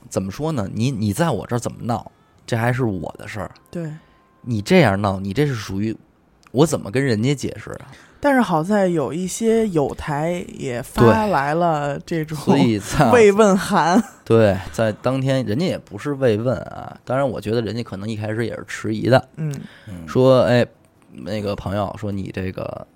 Speaker 1: 怎么说呢？你你在我这儿怎么闹，这还是我的事儿。
Speaker 3: 对。
Speaker 1: 你这样闹，你这是属于我怎么跟人家解释啊？
Speaker 3: 但是好在有一些有台也发
Speaker 1: 对
Speaker 3: 来了这种
Speaker 1: 所以 啊在
Speaker 3: 慰问函，
Speaker 1: 对，在当天人家也不是慰问啊，当然我觉得人家可能一开始也是迟疑的，
Speaker 3: 嗯，
Speaker 1: 说哎，那个朋友说你这个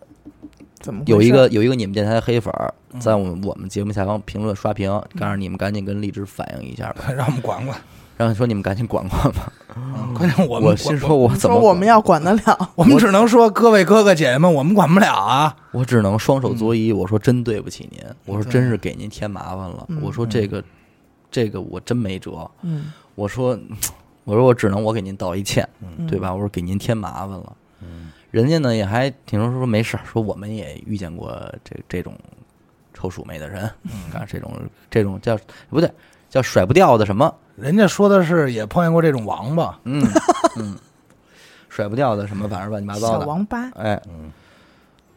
Speaker 3: 怎么回事嗯
Speaker 1: 有一个有一个你们电台的黑粉儿在我们我们节目下方评论刷屏，告诉你们赶紧跟荔枝反映一下吧，
Speaker 2: 让我们管管，
Speaker 1: 然后说你们赶紧管管吧。
Speaker 2: 嗯关键我们
Speaker 1: 我心说，我
Speaker 3: 你
Speaker 1: 怎
Speaker 3: 说
Speaker 1: 么
Speaker 3: 我们要管得了，
Speaker 2: 我们只能说各位哥哥姐姐们，我们管不了啊。
Speaker 1: 我只能双
Speaker 3: 嗯
Speaker 1: 手作揖，我说真对不起您，我说真是给您添麻烦了，
Speaker 3: 嗯
Speaker 1: 我说这个这个我真没辙，
Speaker 3: 嗯，
Speaker 1: 我说我说我只能我给您道一歉。
Speaker 3: 嗯
Speaker 1: 对？吧？我说给您添麻烦了。人家呢也还挺说说没事儿，说我们也遇见过这这种臭鼠妹的人，啊，这种这种叫不对，叫甩不掉的什么，
Speaker 2: 人家说的是也碰见过这种王八，
Speaker 1: 嗯嗯，甩不掉的什么，反正乱七八
Speaker 3: 小
Speaker 1: 糟的。
Speaker 3: 王八，
Speaker 1: 哎，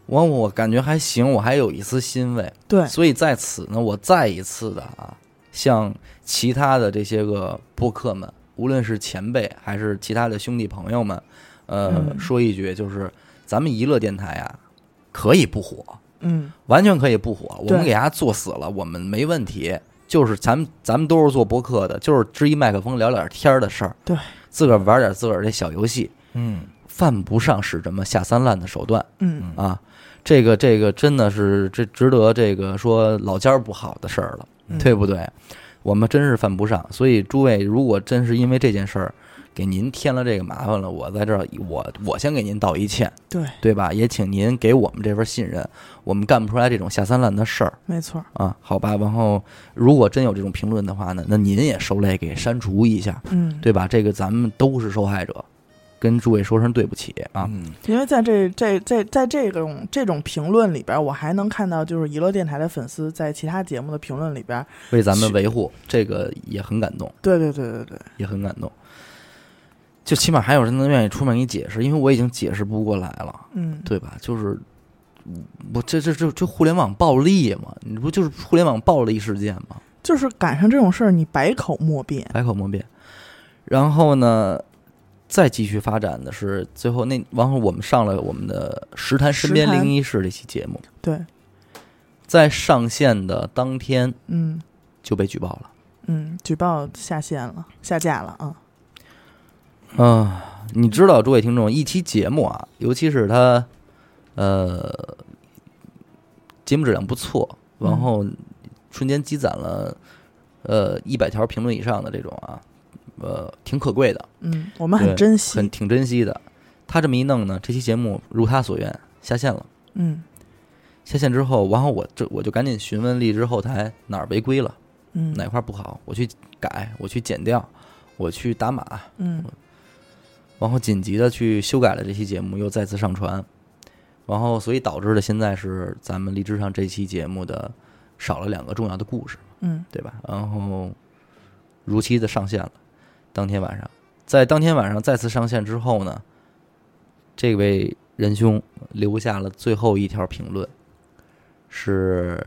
Speaker 1: 我我感觉还行，我还有一丝欣慰。
Speaker 3: 对，
Speaker 1: 所以在此呢，我再一次的啊，向其他的这些个播客们，无论是前辈还是其他的兄弟朋友们，呃，
Speaker 3: 嗯
Speaker 1: 说一句，就是咱们娱乐电台啊，可以不火，
Speaker 3: 嗯，
Speaker 1: 完全可以不火，我
Speaker 3: 对
Speaker 1: 们给大家做死了，我们没问题。就是咱们咱们都是做播客的，就是支一麦克风聊点天儿的事儿，
Speaker 3: 对，
Speaker 1: 自个儿玩点自个儿这小游戏，
Speaker 2: 嗯，
Speaker 1: 犯不上使什么下三滥的手段。
Speaker 3: 嗯，
Speaker 1: 啊，这个这个真的是这值得这个说老家儿不好的事儿了，
Speaker 3: 嗯
Speaker 1: 对不对？我们真是犯不上，所以诸位如果真是因为这件事儿给您添了这个麻烦了，我在这儿我我先给您道一歉，
Speaker 3: 对，
Speaker 1: 对吧？也请您给我们这份信任，我们干不出来这种下三滥的事儿
Speaker 3: 没错儿，
Speaker 1: 啊，好吧？然后如果真有这种评论的话呢，那您也受累给删除一下，
Speaker 3: 嗯，
Speaker 1: 对吧？这个咱们都是受害者，跟诸位说声对不起啊。
Speaker 2: 嗯，
Speaker 3: 因为在这这这在这种这种评论里边儿，我还能看到就是娱乐电台的粉丝在其他节目的评论里边儿，
Speaker 1: 为咱们
Speaker 3: 是
Speaker 1: 维护，这个也很感动，
Speaker 3: 对对对对对，
Speaker 1: 也很感动。就起码还有人能愿意出面给你解释，因为我已经解释不过来了，
Speaker 3: 嗯，
Speaker 1: 对吧？就是我这这这这互联网暴力嘛，你不就是互联网暴力事件吗？
Speaker 3: 就是赶上这种事儿，你百口莫辩，
Speaker 1: 百口莫辩。然后呢，再继续发展的是最后那，然后我们上了我们的《石潭身边
Speaker 3: 石潭
Speaker 1: 灵异事》这期节目，
Speaker 3: 对，
Speaker 1: 在上线的当天
Speaker 3: 嗯
Speaker 1: 就被举报了。
Speaker 3: 嗯，举报下线了，下架了啊，
Speaker 1: 啊，你知道，诸位听众，一期节目啊，尤其是它，呃，节目质量不错，然
Speaker 3: 嗯
Speaker 1: 后瞬间积攒了呃一百条评论以上的这种啊，呃，挺可贵的，
Speaker 3: 嗯，我们很
Speaker 1: 对
Speaker 3: 珍
Speaker 1: 很
Speaker 3: 惜，
Speaker 1: 挺珍惜的。他这么一弄呢，这期节目如他所愿下线了。
Speaker 3: 嗯
Speaker 1: 下线之后，然后我这我就赶紧询问荔枝后台哪儿违规了，
Speaker 3: 嗯
Speaker 1: 哪块儿不好，我去改，我去剪掉，我去打码，
Speaker 3: 嗯
Speaker 1: 然后紧急的去修改了这期节目，又再次上传，然后所以导致了现在是咱们荔枝上这期节目的少了两个重要的故事，
Speaker 3: 嗯
Speaker 1: 对吧？然后如期的上线了，当天晚上，在当天晚上再次上线之后呢，这位仁兄留下了最后一条评论，是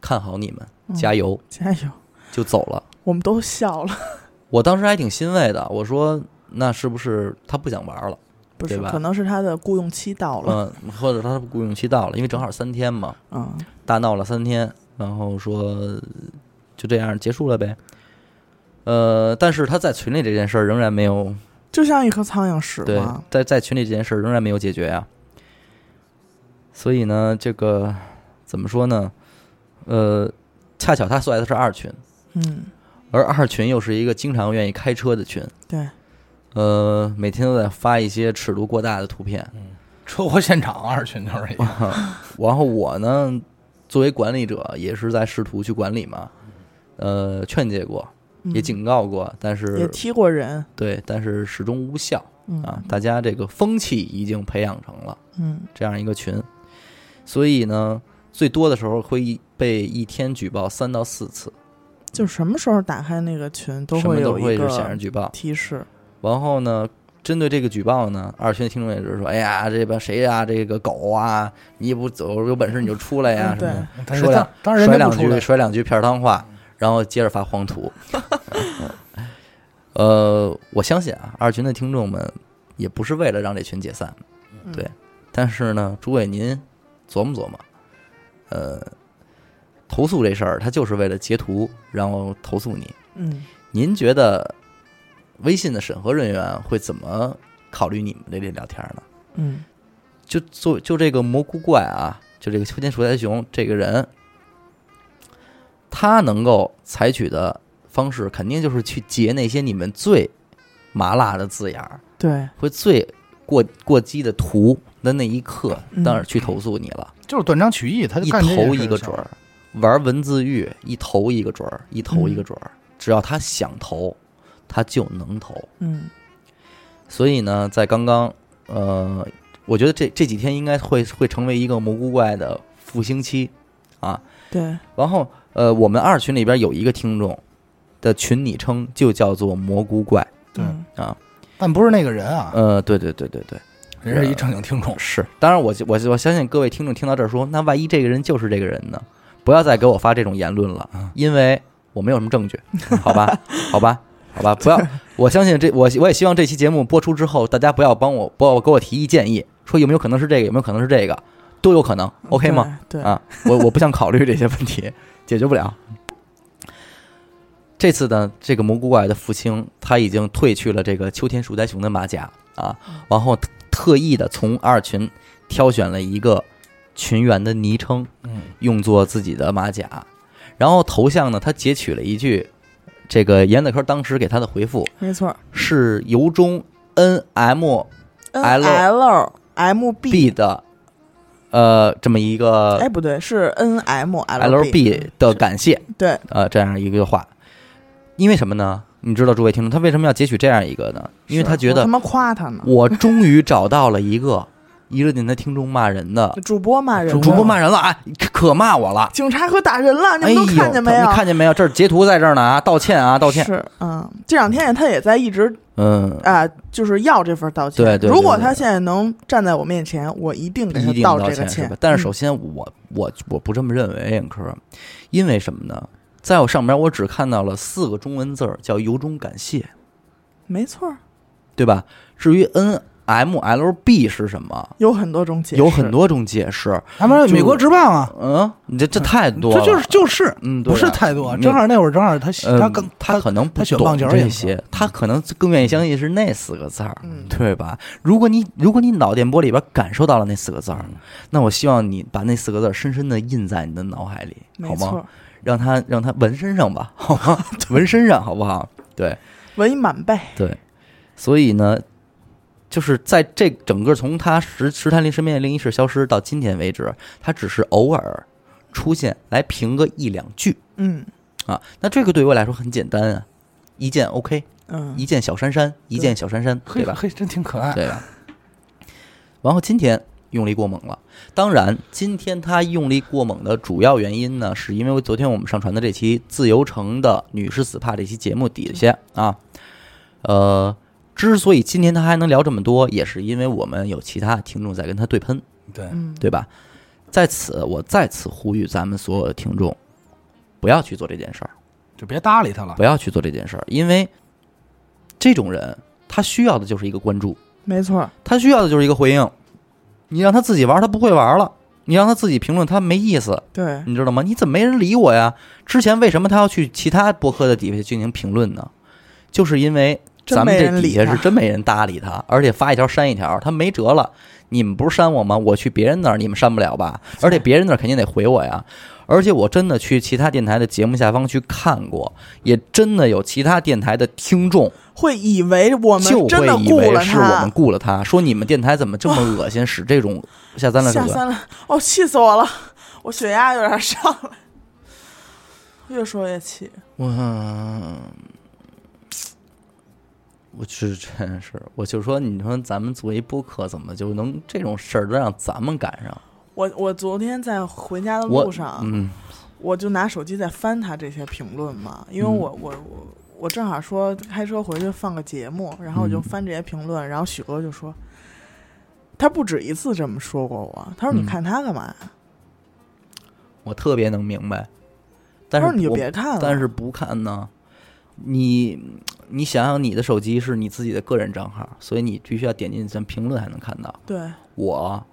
Speaker 1: 看好你们，
Speaker 3: 嗯
Speaker 1: 加油，
Speaker 3: 加油，
Speaker 1: 就走了。
Speaker 3: 我们都笑了，
Speaker 1: 我当时还挺欣慰的，我说那是不是他不想玩了？
Speaker 3: 不是，
Speaker 1: 对吧
Speaker 3: 可能是他的雇佣期到了，
Speaker 1: 嗯，或者他雇佣期到了，因为正好三天嘛，
Speaker 3: 嗯
Speaker 1: 大闹了三天，然后说就这样结束了呗。呃，但是他在群里这件事儿仍然没有
Speaker 3: 就像一颗苍蝇屎
Speaker 1: 对
Speaker 3: 嘛，，
Speaker 1: 在在群里这件事儿仍然没有解决呀、所以呢，这个怎么说呢？呃，恰巧他所在的是二群，
Speaker 3: 嗯，
Speaker 1: 而二群又是一个经常愿意开车的群，
Speaker 3: 对，
Speaker 1: 呃，每天都在发一些尺度过大的图片，
Speaker 2: 车祸现场二群就是一
Speaker 1: 啊
Speaker 2: 个，
Speaker 1: 然后我呢，作为管理者也是在试图去管理嘛，呃，劝诫过，
Speaker 3: 嗯
Speaker 1: 也警告过，但
Speaker 3: 也
Speaker 1: 是
Speaker 3: 踢过人，
Speaker 1: 对，但是始终无效
Speaker 3: 嗯
Speaker 1: 啊。大家这个风气已经培养成了
Speaker 3: 嗯
Speaker 1: 这样一个群，所以呢，最多的时候会被一天举报三到四次，
Speaker 3: 就什么时候打开那个群都
Speaker 1: 什么都
Speaker 3: 会有
Speaker 1: 会
Speaker 3: 一
Speaker 1: 是显示
Speaker 3: 个
Speaker 1: 举报。
Speaker 3: 提示，
Speaker 1: 然后呢，针对这个举报呢，二群的听众也是说，哎呀，这边谁呀、这个狗啊，你不走，有本事你就出来哎呀、
Speaker 3: 嗯
Speaker 1: 什么
Speaker 3: 对
Speaker 1: 的。
Speaker 2: 但是
Speaker 1: 说
Speaker 2: 当
Speaker 1: 两
Speaker 2: 当然
Speaker 1: 甩
Speaker 2: 人家
Speaker 1: 两
Speaker 2: 不出
Speaker 1: 句
Speaker 2: 来，
Speaker 1: 甩两句片儿汤话，然后接着发黄图。 呃，我相信啊，二群的听众们也不是为了让这群解散，
Speaker 3: 嗯
Speaker 1: 对但是呢，诸位您琢磨琢磨，呃，投诉这事儿，他就是为了截图，然后投诉你。
Speaker 3: 嗯，
Speaker 1: 您觉得微信的审核人员会怎么考虑你们这这聊天呢？
Speaker 3: 嗯
Speaker 1: 就做就这个蘑菇怪啊，就这个秋天鼠来熊这个人，他能够采取的方式，肯定就是去截那些你们最麻辣的字眼儿，
Speaker 3: 对，
Speaker 1: 会最过过激的图的那一刻，
Speaker 3: 嗯
Speaker 1: 当然去投诉你了，
Speaker 2: 就是断章取义，他就
Speaker 1: 一
Speaker 2: 干这件
Speaker 1: 头
Speaker 2: 事
Speaker 1: 一
Speaker 2: 就
Speaker 1: 个
Speaker 2: 行
Speaker 1: 准儿，玩文字狱，一头一个准儿，一头一个准儿，只要他想投，他就能投。
Speaker 3: 嗯
Speaker 1: 所以呢，在刚刚，呃，我觉得这这几天应该会会成为一个蘑菇怪的复兴期啊。
Speaker 3: 对，
Speaker 1: 然后，呃，我们二群里边有一个听众的群昵称就叫做蘑菇怪
Speaker 2: 对
Speaker 3: 嗯
Speaker 1: 啊。
Speaker 2: 但不是那个人啊，
Speaker 1: 呃，对对对对对，
Speaker 2: 人家是一正经听众，
Speaker 1: 呃是。当然我，我我相信各位听众听到这儿说，那万一这个人就是这个人呢？不要再给我发这种言论了，因为我没有什么证据，好吧，好吧。好吧，不要！我相信这，我我也希望这期节目播出之后，大家不要帮我，不要给我提意建议，说有没有可能是这个，有没有可能是这个，都有可能，OK 吗？？
Speaker 3: 对，对
Speaker 1: 啊，我我不想考虑这些问题，解决不了。这次呢，这个蘑菇怪的复兴，他已经褪去了这个秋天树袋熊的马甲啊，然后特特意的从二群挑选了一个群员的昵称
Speaker 2: 嗯，
Speaker 1: 用作自己的马甲，然后头像呢，他截取了一句这个严子科当时给他的回复
Speaker 3: 没错
Speaker 1: 是由中 N M L
Speaker 3: ，N L M B，
Speaker 1: B 的，呃，这么一个
Speaker 3: 哎不对，是 N M
Speaker 1: L B 的感谢，
Speaker 3: 对，
Speaker 1: 呃，这样一个话。因为什么呢？你知道，诸位听众，他为什么要截取这样一个呢？因为
Speaker 3: 是啊
Speaker 1: 他觉
Speaker 3: 我
Speaker 1: 得
Speaker 3: 他妈夸他呢，
Speaker 1: 我终于找到了一个一个电台听众骂人的
Speaker 3: 主播骂人，
Speaker 1: 主播，骂人了啊，可可骂我了。
Speaker 3: 警察可打人了，你
Speaker 1: 哎
Speaker 3: 们
Speaker 1: 呦，
Speaker 3: 都看见没有
Speaker 1: 你？看见没有？这儿截图在这儿呢啊，道歉啊，道歉。
Speaker 3: 是，嗯，这两天也他也在一直
Speaker 1: 嗯，
Speaker 3: 啊、就是要这份道歉。
Speaker 1: 对对对
Speaker 3: 如果他现在能站在我面前，我一定给
Speaker 1: 一定
Speaker 3: 他
Speaker 1: 道
Speaker 3: 这个
Speaker 1: 是吧？但是首
Speaker 3: 嗯
Speaker 1: 先我我我不这么认为，眼科，因为什么呢？在我上边我只看到了四个中文字儿，叫“由衷感谢”。
Speaker 3: 没错儿，
Speaker 1: 对吧？至于 N M L B 是什么，
Speaker 3: 有很多种解释，
Speaker 1: 有很多种解释。
Speaker 2: 他们
Speaker 1: 就
Speaker 2: 美国职棒啊，
Speaker 1: 嗯，你这这太多
Speaker 2: 这
Speaker 1: 了，
Speaker 2: 就是就是，
Speaker 1: 嗯，对啊
Speaker 2: 不是太多，
Speaker 1: 那
Speaker 2: 正好那会儿正好他
Speaker 1: 呃
Speaker 2: 他更
Speaker 1: 他可能不
Speaker 2: 他选
Speaker 1: 懂
Speaker 2: 棒球儿
Speaker 1: 这
Speaker 2: 也
Speaker 1: 些，他可能更愿意相信是那四个字儿，
Speaker 3: 嗯
Speaker 1: 对吧？如果你如果你脑电波里边感受到了那四个字
Speaker 2: 嗯
Speaker 1: 儿，那我希望你把那四个字儿深深的印在你的脑海里，好
Speaker 3: 没
Speaker 1: 吗？
Speaker 3: 错，
Speaker 1: 让它让它纹身上吧，好吗？ 纹身上好不好？对，
Speaker 3: 文以满背，
Speaker 1: 对，所以呢，就是在这整个从他石石潭林身边的灵异事消失到今天为止，他只是偶尔出现来评个一两句
Speaker 3: 嗯
Speaker 1: 啊。那这个对于我来说很简单啊，一键 OK，
Speaker 3: 嗯
Speaker 1: 一键小珊珊，一键小珊珊，
Speaker 2: 嘿
Speaker 1: 对吧？
Speaker 2: 嘿，真挺可爱。
Speaker 1: 对吧？然后今天用力过猛了，当然，今天他用力过猛的主要原因呢，是因为昨天我们上传的这期《自由城的女士 SPA》这期节目底下啊，呃，之所以今天他还能聊这么多，也是因为我们有其他听众在跟他对喷，
Speaker 2: 对
Speaker 3: 嗯，
Speaker 1: 对吧？在此，我再次呼吁咱们所有的听众，不要去做这件事儿。
Speaker 2: 就别搭理他了。
Speaker 1: 不要去做这件事儿，因为这种人他需要的就是一个关注，
Speaker 3: 没错儿，
Speaker 1: 他需要的就是一个回应。你让他自己玩，他不会玩了；你让他自己评论，他没意思，
Speaker 3: 对，
Speaker 1: 你知道吗？你怎么没人理我呀？之前为什么他要去其他博客的底下进行评论呢？就是因为咱们
Speaker 3: 真没
Speaker 1: 这
Speaker 3: 人
Speaker 1: 底
Speaker 3: 理
Speaker 1: 下
Speaker 3: 他
Speaker 1: 是真没人搭理他，而且发一条删一条，他没辙了。你们不是删我吗？我去别人那儿，你们删不了吧？而且别人那儿肯定得回我呀。而且我真的去其他电台的节目下方去看过，也真的有其他电台的听众
Speaker 3: 会以为我
Speaker 1: 就
Speaker 3: 们真
Speaker 1: 会
Speaker 3: 的
Speaker 1: 以
Speaker 3: 雇
Speaker 1: 为
Speaker 3: 了
Speaker 1: 是我
Speaker 3: 他
Speaker 1: 们，雇了他，说你们电台怎么这么恶心，使这 种下三滥手
Speaker 3: 下
Speaker 1: 段。
Speaker 3: 三了，哦，气死我了，我血压有点上来，越说越气，
Speaker 1: 我，我是真是，我就说，你说咱们作为播客，怎么就能这种事儿都让咱们赶上？
Speaker 3: 我我昨天在回家的
Speaker 1: 我
Speaker 3: 路上，
Speaker 1: 嗯，
Speaker 3: 我就拿手机在翻他这些评论嘛，因为
Speaker 1: 嗯
Speaker 3: 我、我我我正好说开车回去放个节目，然后我就
Speaker 1: 嗯
Speaker 3: 翻这些评论，然后许哥就说，他不止一次这么说过我，他说
Speaker 1: 嗯
Speaker 3: 你看他干嘛？
Speaker 1: 我特别能明白，但
Speaker 3: 他
Speaker 1: 是
Speaker 3: 说你就
Speaker 1: 我
Speaker 3: 别看了，
Speaker 1: 但是不看呢，你你想想，你的手机是你自己的个人账号，所以你必须要点进咱评论才能看到。
Speaker 3: 对，
Speaker 1: 我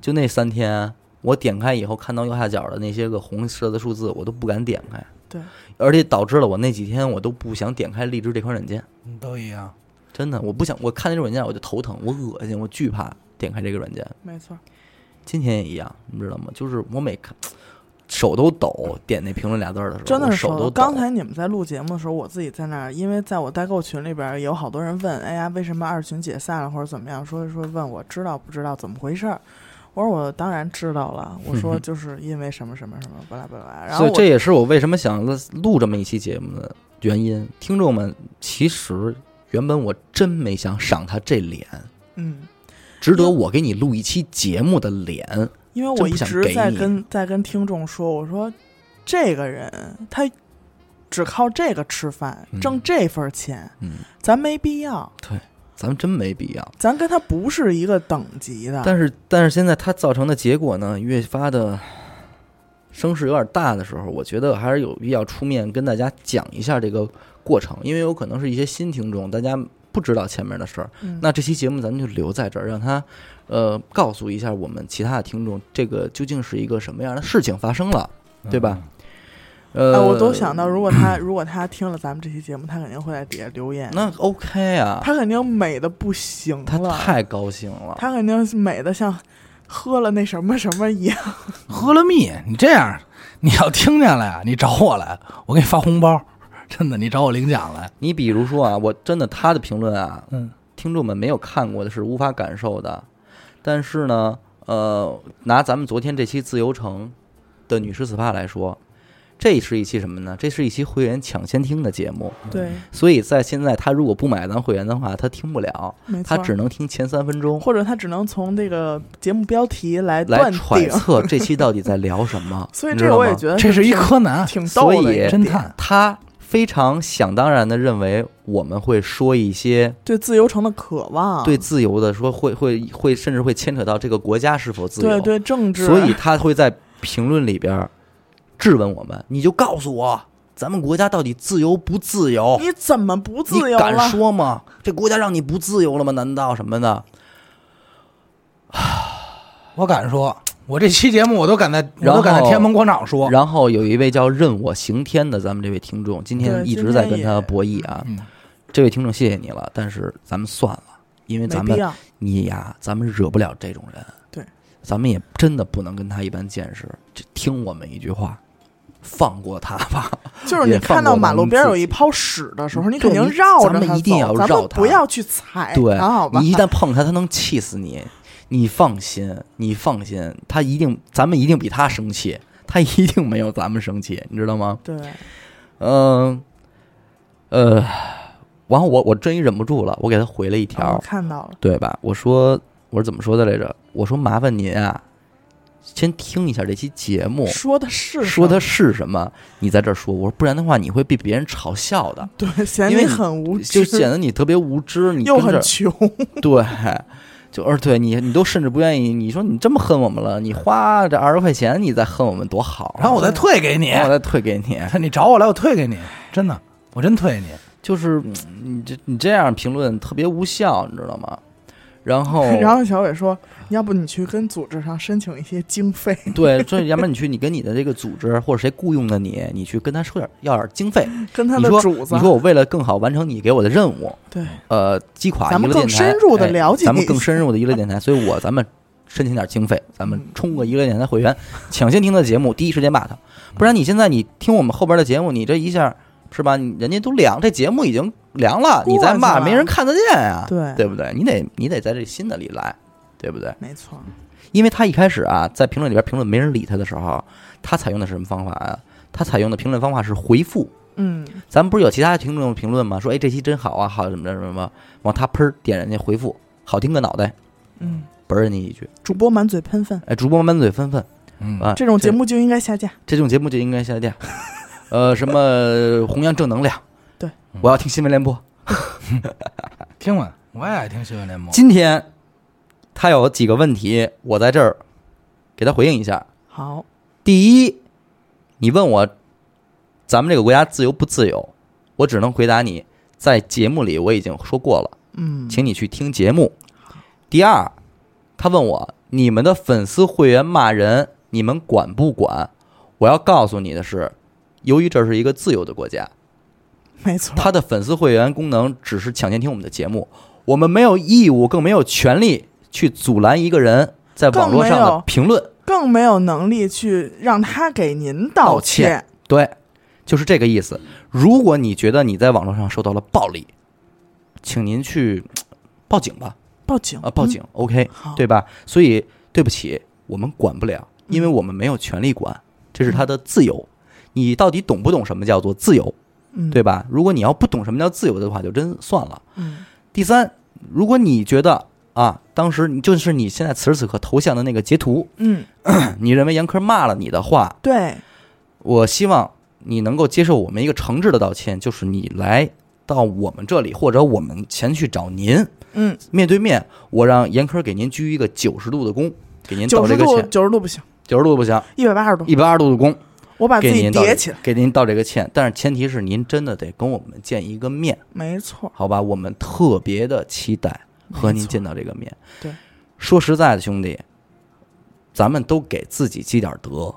Speaker 1: 就那三天，我点开以后看到右下角的那些个红色的数字，我都不敢点开。
Speaker 3: 对，
Speaker 1: 而且导致了我那几天我都不想点开荔枝这款软件，
Speaker 2: 嗯都一样。
Speaker 1: 真的，我不想，我看那种软件我就头疼，我恶心，我惧怕点开这个软件。
Speaker 3: 没错，
Speaker 1: 今天也一样，你知道吗？就是我每看手都抖，点那评论俩字儿的时候，
Speaker 3: 真的
Speaker 1: 我
Speaker 3: 是
Speaker 1: 手
Speaker 3: 说
Speaker 1: 都抖。
Speaker 3: 刚才你们在录节目的时候，我自己在那儿，因为在我代购群里边儿有好多人问，哎呀，为什么二群解散了或者怎么样？说说问我知道不知道怎么回事儿。我说我当然知道了，我说就是因为什么什么什么巴拉巴拉，
Speaker 1: 嗯
Speaker 3: 然后
Speaker 1: 所以
Speaker 3: 我
Speaker 1: 这也是我为什么想录这么一期节目的原因。听众们，其实原本我真没想赏他这脸，
Speaker 3: 嗯，
Speaker 1: 值得我给你录一期节目的脸。
Speaker 3: 因
Speaker 1: 真
Speaker 3: 为我
Speaker 1: 不
Speaker 3: 一
Speaker 1: 想
Speaker 3: 直
Speaker 1: 给
Speaker 3: 在
Speaker 1: 你
Speaker 3: 跟在跟听众说，我说这个人他只靠这个吃饭，
Speaker 1: 嗯
Speaker 3: 挣这份钱，
Speaker 1: 嗯，
Speaker 3: 咱没必要，
Speaker 1: 咱们真没必要。
Speaker 3: 咱跟他不是一个等级的。
Speaker 1: 但是但是现在它造成的结果呢，越发的声势有点大的时候，我觉得还是有必要出面跟大家讲一下这个过程，因为有可能是一些新听众，大家不知道前面的事儿。
Speaker 3: 嗯
Speaker 1: 那这期节目咱们就留在这儿，让他呃告诉一下我们其他的听众，这个究竟是一个什么样的事情发生了，对
Speaker 2: 嗯
Speaker 1: 吧？呃，
Speaker 3: 哎，我都想到，如果他如果他听了咱们这期节目，他肯定会在底下留言，
Speaker 1: 那 OK 啊，
Speaker 3: 他肯定美的不行
Speaker 1: 他
Speaker 3: 了，
Speaker 1: 太高兴了，
Speaker 3: 他肯定是美的像喝了那什么什么一样。
Speaker 2: 喝了蜜，你这样，你要听见了呀，你找我来，我给你发红包，真的，你找我领奖来，
Speaker 1: 你比如说啊，我真的他的评论啊，
Speaker 2: 嗯，
Speaker 1: 听众们没有看过的是无法感受的，但是呢，呃，拿咱们昨天这期自由城的女士 SPA 来说，这是一期什么呢？这是一期会员抢先听的节目，
Speaker 3: 对，
Speaker 1: 所以在现在他如果不买咱会员的话，他听不了，
Speaker 3: 没
Speaker 1: 他
Speaker 3: 错。
Speaker 1: 只能听前三分钟
Speaker 3: 或者他只能从这个节目标题来
Speaker 1: 来
Speaker 3: 断
Speaker 1: 揣
Speaker 3: 定，。
Speaker 1: 测这期到底在聊什么
Speaker 3: 所以
Speaker 1: 你
Speaker 3: 这
Speaker 1: 知
Speaker 3: 个
Speaker 1: 道
Speaker 3: 我也
Speaker 1: 吗
Speaker 3: 觉得
Speaker 2: 这是一
Speaker 3: 挺
Speaker 2: 柯南
Speaker 3: 挺逗
Speaker 1: 所
Speaker 3: 的一
Speaker 1: 以
Speaker 3: 个
Speaker 2: 侦
Speaker 3: 点
Speaker 2: 探，
Speaker 1: 他非常想当然的认为我们会说一些
Speaker 3: 对自由城的渴望，
Speaker 1: 对自由的说会会会，甚至会牵扯到这个国家是否自由。
Speaker 3: 对对政治，
Speaker 1: 所以他会在评论里边儿质问我们，你就告诉我，咱们国家到底自由不自由？
Speaker 3: 你怎么不自由
Speaker 1: 你敢
Speaker 3: 了？
Speaker 1: 说吗？这国家让你不自由了吗？难道什么的？
Speaker 2: 我敢说，我这期节目我都敢在，我
Speaker 1: 然
Speaker 2: 都敢在
Speaker 1: 后
Speaker 2: 天安门广场说，
Speaker 1: 然后有一位叫任我行天的咱们这位听众，今天
Speaker 3: 对
Speaker 1: 一直
Speaker 3: 今
Speaker 1: 在
Speaker 3: 天
Speaker 1: 跟他
Speaker 3: 也
Speaker 1: 博弈啊。
Speaker 2: 嗯，
Speaker 1: 这位听众，谢谢你了，但是咱们算了，因为咱
Speaker 3: 没
Speaker 1: 们
Speaker 3: 必要。
Speaker 1: 你呀，咱们惹不了这种人。
Speaker 3: 对，
Speaker 1: 咱们也真的不能跟他一般见识。就听我们一句话，放过他吧。
Speaker 3: 就是你
Speaker 1: 也放
Speaker 3: 看到
Speaker 1: 过
Speaker 3: 马
Speaker 1: 咱
Speaker 3: 路
Speaker 1: 们
Speaker 3: 边
Speaker 1: 自
Speaker 3: 有
Speaker 1: 己
Speaker 3: 一泡屎的时候，你
Speaker 1: 对
Speaker 3: 肯定
Speaker 1: 你
Speaker 3: 绕
Speaker 1: 咱
Speaker 3: 着
Speaker 1: 们
Speaker 3: 它
Speaker 1: 一定
Speaker 3: 走
Speaker 1: 要
Speaker 3: 咱
Speaker 1: 绕
Speaker 3: 们
Speaker 1: 它
Speaker 3: 不要去踩，啊
Speaker 1: 对
Speaker 3: 哎好吧？
Speaker 1: 你一旦碰他，他能气死你。你放心，你放心，他一定，咱们一定比他生气，他一定没有咱们生气，你知道吗？
Speaker 3: 对，
Speaker 1: 嗯，呃，然后我我真忍不住了，我给他回了一条，
Speaker 3: 我看到了，
Speaker 1: 对吧？我说我是怎么说的来着？我说麻烦您啊，先听一下这期节目，
Speaker 3: 说的是
Speaker 1: 说
Speaker 3: 什
Speaker 1: 的
Speaker 3: 么
Speaker 1: 是什么，你在这儿说，我说不然的话你会被别人嘲笑的，
Speaker 3: 对，显
Speaker 1: 因
Speaker 3: 得
Speaker 1: 为
Speaker 3: 你
Speaker 1: 你
Speaker 3: 很 无
Speaker 1: 就
Speaker 3: 知，
Speaker 1: 显得你特别无知，你
Speaker 3: 又
Speaker 1: 跟这
Speaker 3: 很
Speaker 1: 儿
Speaker 3: 穷，
Speaker 1: 对，就而对你，你都甚至不愿意。你说你这么恨我们了，你花这二十块钱，你再恨我们多好啊、
Speaker 2: 然后我再退给你
Speaker 1: 然，后我再退给你，
Speaker 2: 你找我来，我退给你，真的，我真退你。
Speaker 1: 就是嗯你这你这样评论特别无效，你知道吗？然后，
Speaker 3: 然后小伟说：“要不你去跟组织上申请一些经费，
Speaker 1: 对，所以要不然你去，你跟你的这个组织或者谁雇佣的你，你去跟他说点要点经 费。
Speaker 3: 跟他
Speaker 1: 你
Speaker 3: 的
Speaker 1: 说，
Speaker 3: 主子
Speaker 1: 你。说我为了更好完成你给我的任务，
Speaker 3: 对，
Speaker 1: 呃，击垮
Speaker 3: 咱
Speaker 1: 娱
Speaker 3: 们
Speaker 1: 乐
Speaker 3: 更
Speaker 1: 电台，
Speaker 3: 深入地了解
Speaker 1: 哎咱们
Speaker 3: 你
Speaker 1: 更深入的娱乐电台，所以我咱们申请点经费，咱们
Speaker 3: 嗯
Speaker 1: 充个娱乐电台会员，抢先听他的节目，第一时间骂他，不然你现在你听我们后边的节目，你这一下是吧？你人家都凉，这节目已经凉了，
Speaker 3: 过
Speaker 1: 你再
Speaker 3: 去
Speaker 1: 骂
Speaker 3: 了
Speaker 1: 没人看得见呀、
Speaker 3: 对
Speaker 1: 对不对？你得你得在这新的里来，对不对？
Speaker 3: 没错，
Speaker 1: 因为他一开始啊，在评论里边评论没人理他的时候，他采用的是什么方法啊？他采用的评论方法是回复，
Speaker 3: 嗯，
Speaker 1: 咱们不是有其他听众评论吗？说哎这期真好啊，好怎么着怎么着，往他喷儿点人家回复，好听个脑袋，
Speaker 3: 嗯，
Speaker 1: 嘣儿人家一句，
Speaker 3: 主播满嘴喷粪，
Speaker 1: 哎，主播满嘴愤愤
Speaker 2: 嗯，
Speaker 1: 啊，
Speaker 3: 这种节目就应该下架。
Speaker 1: 这种节目就应该下架， 呃，什么弘扬正能量，嗯
Speaker 3: 对，
Speaker 1: 我要听新闻联播。
Speaker 2: 听闻，我也爱听新闻联播。
Speaker 1: 今天他有几个问题，我在这儿给他回应一下。
Speaker 3: 好，
Speaker 1: 第一，你问我咱们这个国家自由不自由，我只能回答你，在节目里我已经说过了。
Speaker 3: 嗯，
Speaker 1: 请你去听节目。第二，他问我你们的粉丝会员骂人，你们管不管？我要告诉你的是，由于这是一个自由的国家，
Speaker 3: 没错，
Speaker 1: 他的粉丝会员功能只是抢先听我们的节目，我们没有义务，更没有权利去阻拦一个人在网络上
Speaker 3: 更没有
Speaker 1: 的评论。
Speaker 3: 更没有能力去让他给您
Speaker 1: 道
Speaker 3: 歉
Speaker 1: 歉。对，就是这个意思。如果你觉得你在网络上受到了暴力，请您去嘖报警吧，
Speaker 3: 报警
Speaker 1: 啊、报警、o k
Speaker 3: 嗯好，
Speaker 1: 对吧？所以对不起，我们管不了，因为
Speaker 3: 嗯
Speaker 1: 我们没有权利管，这是他的自由。你到底懂不懂什么叫做自由，
Speaker 3: 嗯，
Speaker 1: 对吧？如果你要不懂什么叫自由的话，就真算了。
Speaker 3: 嗯，
Speaker 1: 第三，如果你觉得啊，当时你就是你现在此时此刻头像的那个截图，
Speaker 3: 嗯，
Speaker 1: 你认为严科骂了你的话，
Speaker 3: 对，
Speaker 1: 我希望你能够接受我们一个诚挚的道歉，就是你来到我们这里，或者我们前去找您
Speaker 3: 嗯，
Speaker 1: 面对面，我让严科给您鞠一个九十度的躬，给您
Speaker 3: 九
Speaker 1: 道
Speaker 3: 十
Speaker 1: 这个
Speaker 3: 度
Speaker 1: 歉。
Speaker 3: 九十度不行，
Speaker 1: 九十度不行，
Speaker 3: 一百八十度，
Speaker 1: 一百二十度的弓
Speaker 3: 我把嗯自
Speaker 1: 给
Speaker 3: 己
Speaker 1: 您道
Speaker 3: 叠
Speaker 1: 这
Speaker 3: 起来，
Speaker 1: 给您道这个歉，但是前提是您真的得跟我们见一个面，
Speaker 3: 没错，
Speaker 1: 好吧？我们特别的期待和您见到这个面。
Speaker 3: 对，
Speaker 1: 说实在的，兄弟，咱们都给自己积点德，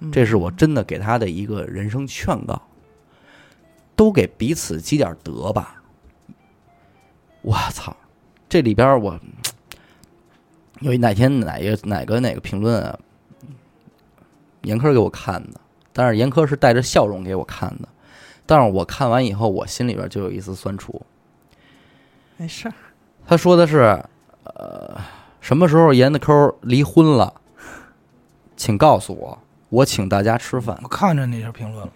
Speaker 3: 嗯
Speaker 1: 这是我真的给他的一个人生劝告，都给彼此积点德吧。我操，这里边我有一哪天哪一个哪个哪个评论啊，严科给我看的，但是严科是带着笑容给我看的。但是我看完以后，我心里边就有一丝酸楚。
Speaker 3: 没事儿，
Speaker 1: 他说的是，呃，什么时候严的抠离婚了，请告诉我，我请大家吃饭。
Speaker 2: 我看着那条评论了，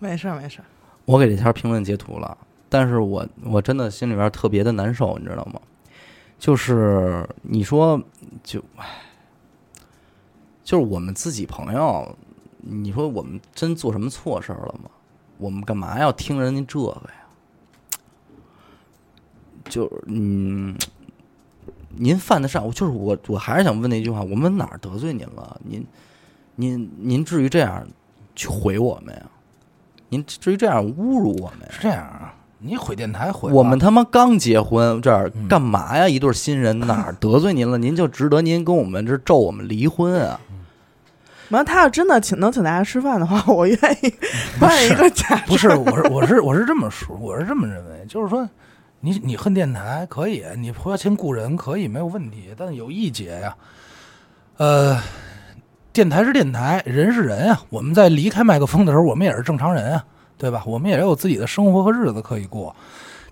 Speaker 3: 没事儿，没事儿。
Speaker 1: 我给这条评论截图了，但是我我真的心里边特别的难受，你知道吗？就是你说就，唉就是我们自己朋友，你说我们真做什么错事儿了吗？我们干嘛要听人家这个呀？就是嗯，您犯得上，我就是我，我还是想问那句话，我们哪儿得罪您了？您您您至于这样去毁我们呀？您至于这样侮辱我们呀？
Speaker 2: 是这样啊，你毁电台毁吧
Speaker 1: 我们他妈刚结婚，这儿干嘛呀？一对新人哪儿得罪您 了？您就值得您跟我们这咒我们离婚啊？
Speaker 3: 完了，他要真的请能请大家吃饭的话， 我愿 意办一个假。
Speaker 2: 不是，我是我是我是这么说，我是这么认为，就是说，你你恨电台可以，你花钱雇人可以没有问题，但有一节呀、呃，电台是电台，人是人啊，我们在离开麦克风的时候，我们也是正常人啊，对吧？我们也有自己的生活和日子可以过。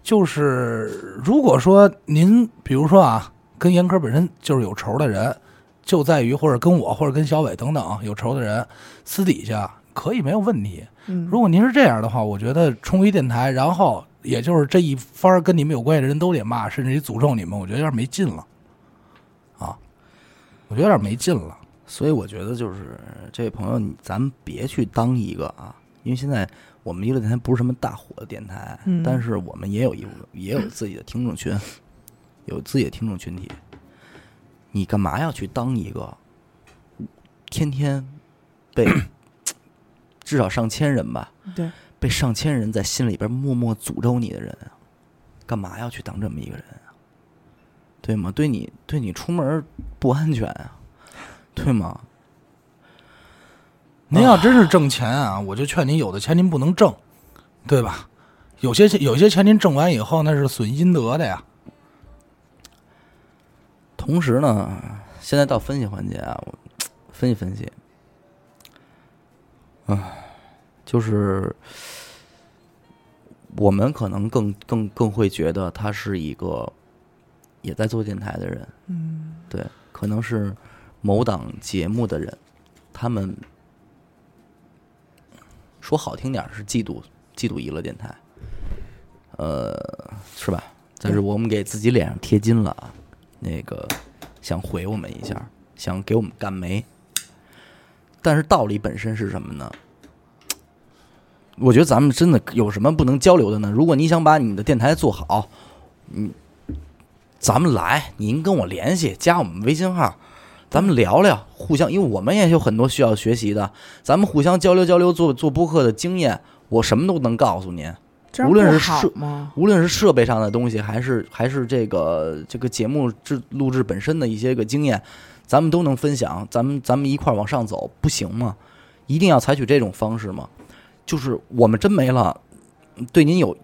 Speaker 2: 就是如果说您，比如说啊，跟严科本身就是有仇的人，就在于或者跟我或者跟小伟等等啊有仇的人，私底下可以没有问题，
Speaker 3: 嗯，
Speaker 2: 如果您是这样的话，我觉得冲一电台，然后也就是这一番儿跟你们有关系的人都得骂，甚至于诅咒你们，我觉得有点没劲了，啊，我觉得有点没劲了。
Speaker 1: 所以我觉得就是这位朋友，你咱们别去当一个啊，因为现在我们娱乐电台不是什么大火的电台，
Speaker 3: 嗯
Speaker 1: 但是我们也有一部也有自己的听众群， 有自己的听众群体。你干嘛要去当一个天天被 至少上千人吧
Speaker 3: 对，
Speaker 1: 被上千人在心里边默默诅咒你的人啊，干嘛要去当这么一个人啊？对吗？对你对你出门不安全啊，对吗？
Speaker 2: 您要真是挣钱啊，我就劝您，有的钱您不能挣，对吧？有些钱有些钱您挣完以后，那是损阴德的呀。
Speaker 1: 同时呢，现在到分析环节啊，我分析分析，唉，就是我们可能更更更会觉得他是一个也在做电台的人，
Speaker 3: 嗯，
Speaker 1: 对，可能是某档节目的人，他们说好听点儿是嫉妒嫉妒娱乐电台，呃，是吧？但是我们给自己脸上贴金了啊，那个想回我们一下，想给我们干没。但是道理本身是什么呢？我觉得咱们真的有什么不能交流的呢？如果你想把你的电台做好，咱们来，您跟我联系，加我们微信号，咱们聊聊，互相，因为我们也有很多需要学习的，咱们互相交流交流做做播客的经验，我什么都能告诉您，
Speaker 3: 这样
Speaker 1: 无论
Speaker 3: 不
Speaker 1: 是
Speaker 3: 好
Speaker 1: 设
Speaker 3: 吗？
Speaker 1: 无论是设备上的东西，还是还是这个这个节目制录制本身的一些个经验，咱们都能分享，咱们咱们一块儿往上走，不行吗？一定要采取这种方式吗？就是我们真没了，对您有。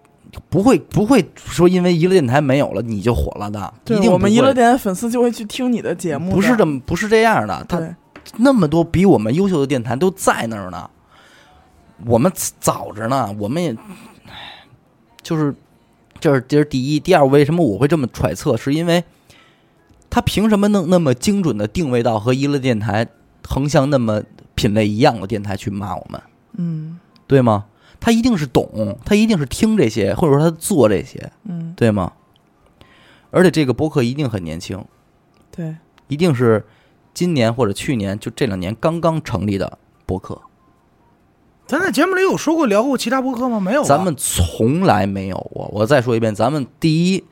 Speaker 1: 不会，不会说因为娱乐电台没有了你就火了的，一
Speaker 3: 对
Speaker 1: 定
Speaker 3: 我们
Speaker 1: 不
Speaker 3: 娱
Speaker 1: 会
Speaker 3: 乐电台粉丝就会去听你的节目的，
Speaker 1: 不是这么不是这样的，他
Speaker 3: 对，
Speaker 1: 那么多比我们优秀的电台都在那儿呢，我们早着呢，我们也，唉就是这是这是第一，第二，为什么我会这么揣测，是因为他凭什么能那么精准的定位到和一乐电台横向那么品类一样的电台去骂我们，
Speaker 3: 嗯
Speaker 1: 对吗？他一定是懂，他一定是听这些，或者说他做这些，
Speaker 3: 嗯，
Speaker 1: 对吗？而且这个播客一定很年轻，
Speaker 3: 对，
Speaker 1: 一定是今年或者去年就这两年刚刚成立的博客，
Speaker 2: 咱在节目里有说过聊过其他播客吗？没有、
Speaker 1: 咱们从来没有过。我再说一遍，咱们第一，